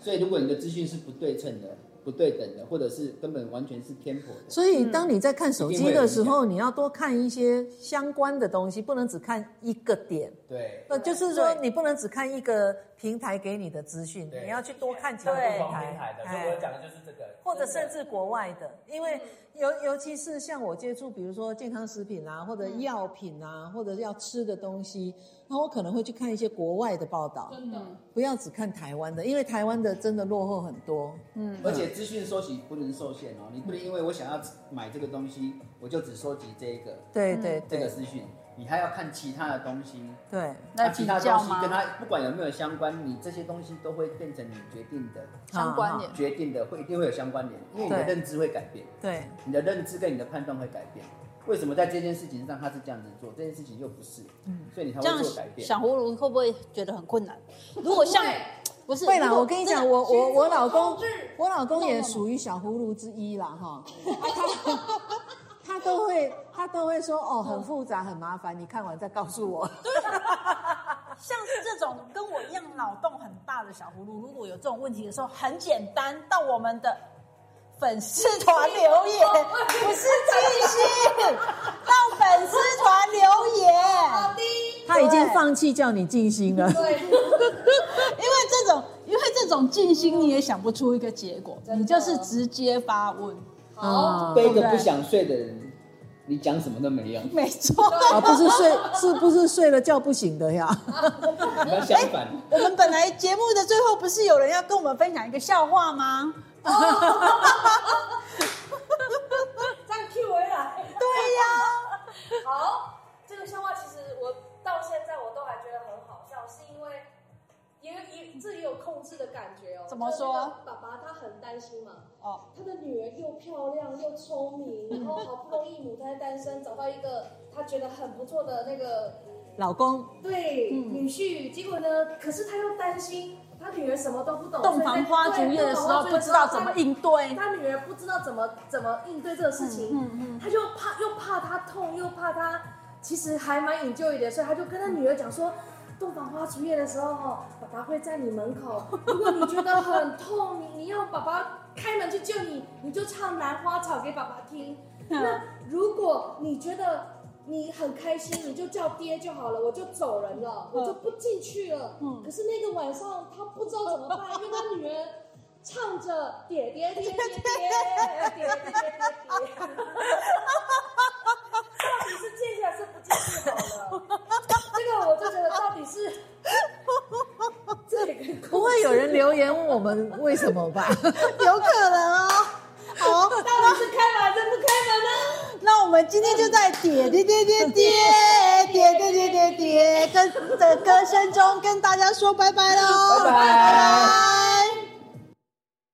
[SPEAKER 2] 所以，如果你的资讯是不对称的、不对等的，或者是根本完全是偏颇的，
[SPEAKER 5] 所以，当你在看手机的时
[SPEAKER 2] 嗯
[SPEAKER 5] 候，你要多看一些相关的东西，不能只看一个点。
[SPEAKER 2] 对，
[SPEAKER 5] 那就是说，你不能只看一个平台给你的资讯，
[SPEAKER 2] 对
[SPEAKER 5] 你要去多看其他
[SPEAKER 6] 对
[SPEAKER 5] 平台，哎
[SPEAKER 2] 的就是这个，
[SPEAKER 5] 或者甚至国外的，因为
[SPEAKER 1] 嗯
[SPEAKER 5] 尤尤其是像我接触，比如说健康食品啊，或者
[SPEAKER 1] 嗯
[SPEAKER 5] 药品啊，或者要吃的东西，那我可能会去看一些国外的报道，
[SPEAKER 3] 真的，
[SPEAKER 5] 不要只看台湾的，因为台湾的真的落后很多。
[SPEAKER 1] 嗯
[SPEAKER 2] 而且资讯收集不能受限哦，你不能因为我想要买这个东西，我就只收集这一个
[SPEAKER 5] 对对
[SPEAKER 2] 这个
[SPEAKER 5] 对
[SPEAKER 2] 资讯，你还要看其他的东西。
[SPEAKER 5] 对，
[SPEAKER 2] 那
[SPEAKER 1] 来
[SPEAKER 2] 啊其
[SPEAKER 1] 比
[SPEAKER 2] 他东
[SPEAKER 1] 较
[SPEAKER 2] 西
[SPEAKER 1] 吗
[SPEAKER 2] 跟它不管有没有相关，你这些东西都会变成你决定的、
[SPEAKER 1] 相关点
[SPEAKER 2] 决定的，会一定会有相关联，因为你的
[SPEAKER 5] 对
[SPEAKER 2] 认知会改变。
[SPEAKER 5] 对。
[SPEAKER 2] 你的认知跟你的判断会改变。为什么在这件事情上他是这样子做，这件事情又不是，所以你才
[SPEAKER 1] 这样
[SPEAKER 2] 会做改变。
[SPEAKER 1] 小葫芦会不会觉得很困难？如果像
[SPEAKER 3] 不会
[SPEAKER 1] 不是，
[SPEAKER 5] 会啦，
[SPEAKER 1] 如果
[SPEAKER 5] 我跟你
[SPEAKER 1] 真的
[SPEAKER 5] 讲，我我我老公
[SPEAKER 3] 控制，
[SPEAKER 5] 我老公也属于小葫芦之一啦，哈、 啊他 他都会他都会说哦，很复杂，很麻烦，你看完再告诉我。
[SPEAKER 1] 像这种跟我一样脑洞很大的小葫芦，如果有这种问题的时候，很简单，到我们的粉丝团留言，不是寄信，到粉丝团留言。
[SPEAKER 3] 好的，
[SPEAKER 5] 他已经放弃叫你静心了。
[SPEAKER 3] 对，
[SPEAKER 1] 因为这种，因为这种静心你也想不出一个结果，
[SPEAKER 3] 真的
[SPEAKER 1] 你就是直接发问，
[SPEAKER 3] 好，
[SPEAKER 1] 哦
[SPEAKER 2] 对一个不想睡的人，你讲什么都没用。
[SPEAKER 1] 没错。
[SPEAKER 5] 啊，不是睡，是不是睡了觉不醒的呀？
[SPEAKER 2] 你要相反，
[SPEAKER 1] 我们本来节目的最后不是有人要跟我们分享一个笑话吗？
[SPEAKER 3] 这样 Q 回来，
[SPEAKER 1] 对呀、
[SPEAKER 7] 好，这个笑话其实我到现在我都还觉得很好笑，是因为
[SPEAKER 3] 也也这也有控制的感觉哦。
[SPEAKER 1] 怎么说？
[SPEAKER 3] 爸爸他很担心嘛，
[SPEAKER 1] 哦，
[SPEAKER 3] 他的女儿又漂亮又聪明，然后好不容易母胎单身找到一个他觉得很不错的那个
[SPEAKER 5] 老公，
[SPEAKER 3] 对、
[SPEAKER 1] 嗯
[SPEAKER 3] 女婿，结果呢，可是他又担心他女儿什么都不懂，
[SPEAKER 1] 洞房花烛夜的时候不知道怎么
[SPEAKER 3] 应。
[SPEAKER 1] 应嗯对，
[SPEAKER 3] 他女儿不知道怎么怎么应对这个事情，他就怕又怕他痛，又怕他其实还蛮引咎的，所以他就跟他女儿讲说，洞房花烛夜的时候哦，爸爸会在你门 口，如果你觉得很痛，你你要爸爸开门去救你，你就唱《兰花草》给爸爸听。那如果你觉得你很开心，你就叫爹就好了，我就走人了，我就不进去了。可是那个晚上他不知道怎么办，因为他女儿唱着“爹爹爹爹爹爹爹爹爹爹”，
[SPEAKER 7] 到底是进去还是不进去好了？
[SPEAKER 3] 这个我就觉得到底是这个
[SPEAKER 5] 不会有人留言问我们为什么吧。
[SPEAKER 1] 有可能哦。好哦，到底是开门还是不开门呢？那我们今天就在点点点点点点点点点点跟的歌声中跟大家说拜拜喽，
[SPEAKER 8] 拜拜
[SPEAKER 1] 拜拜。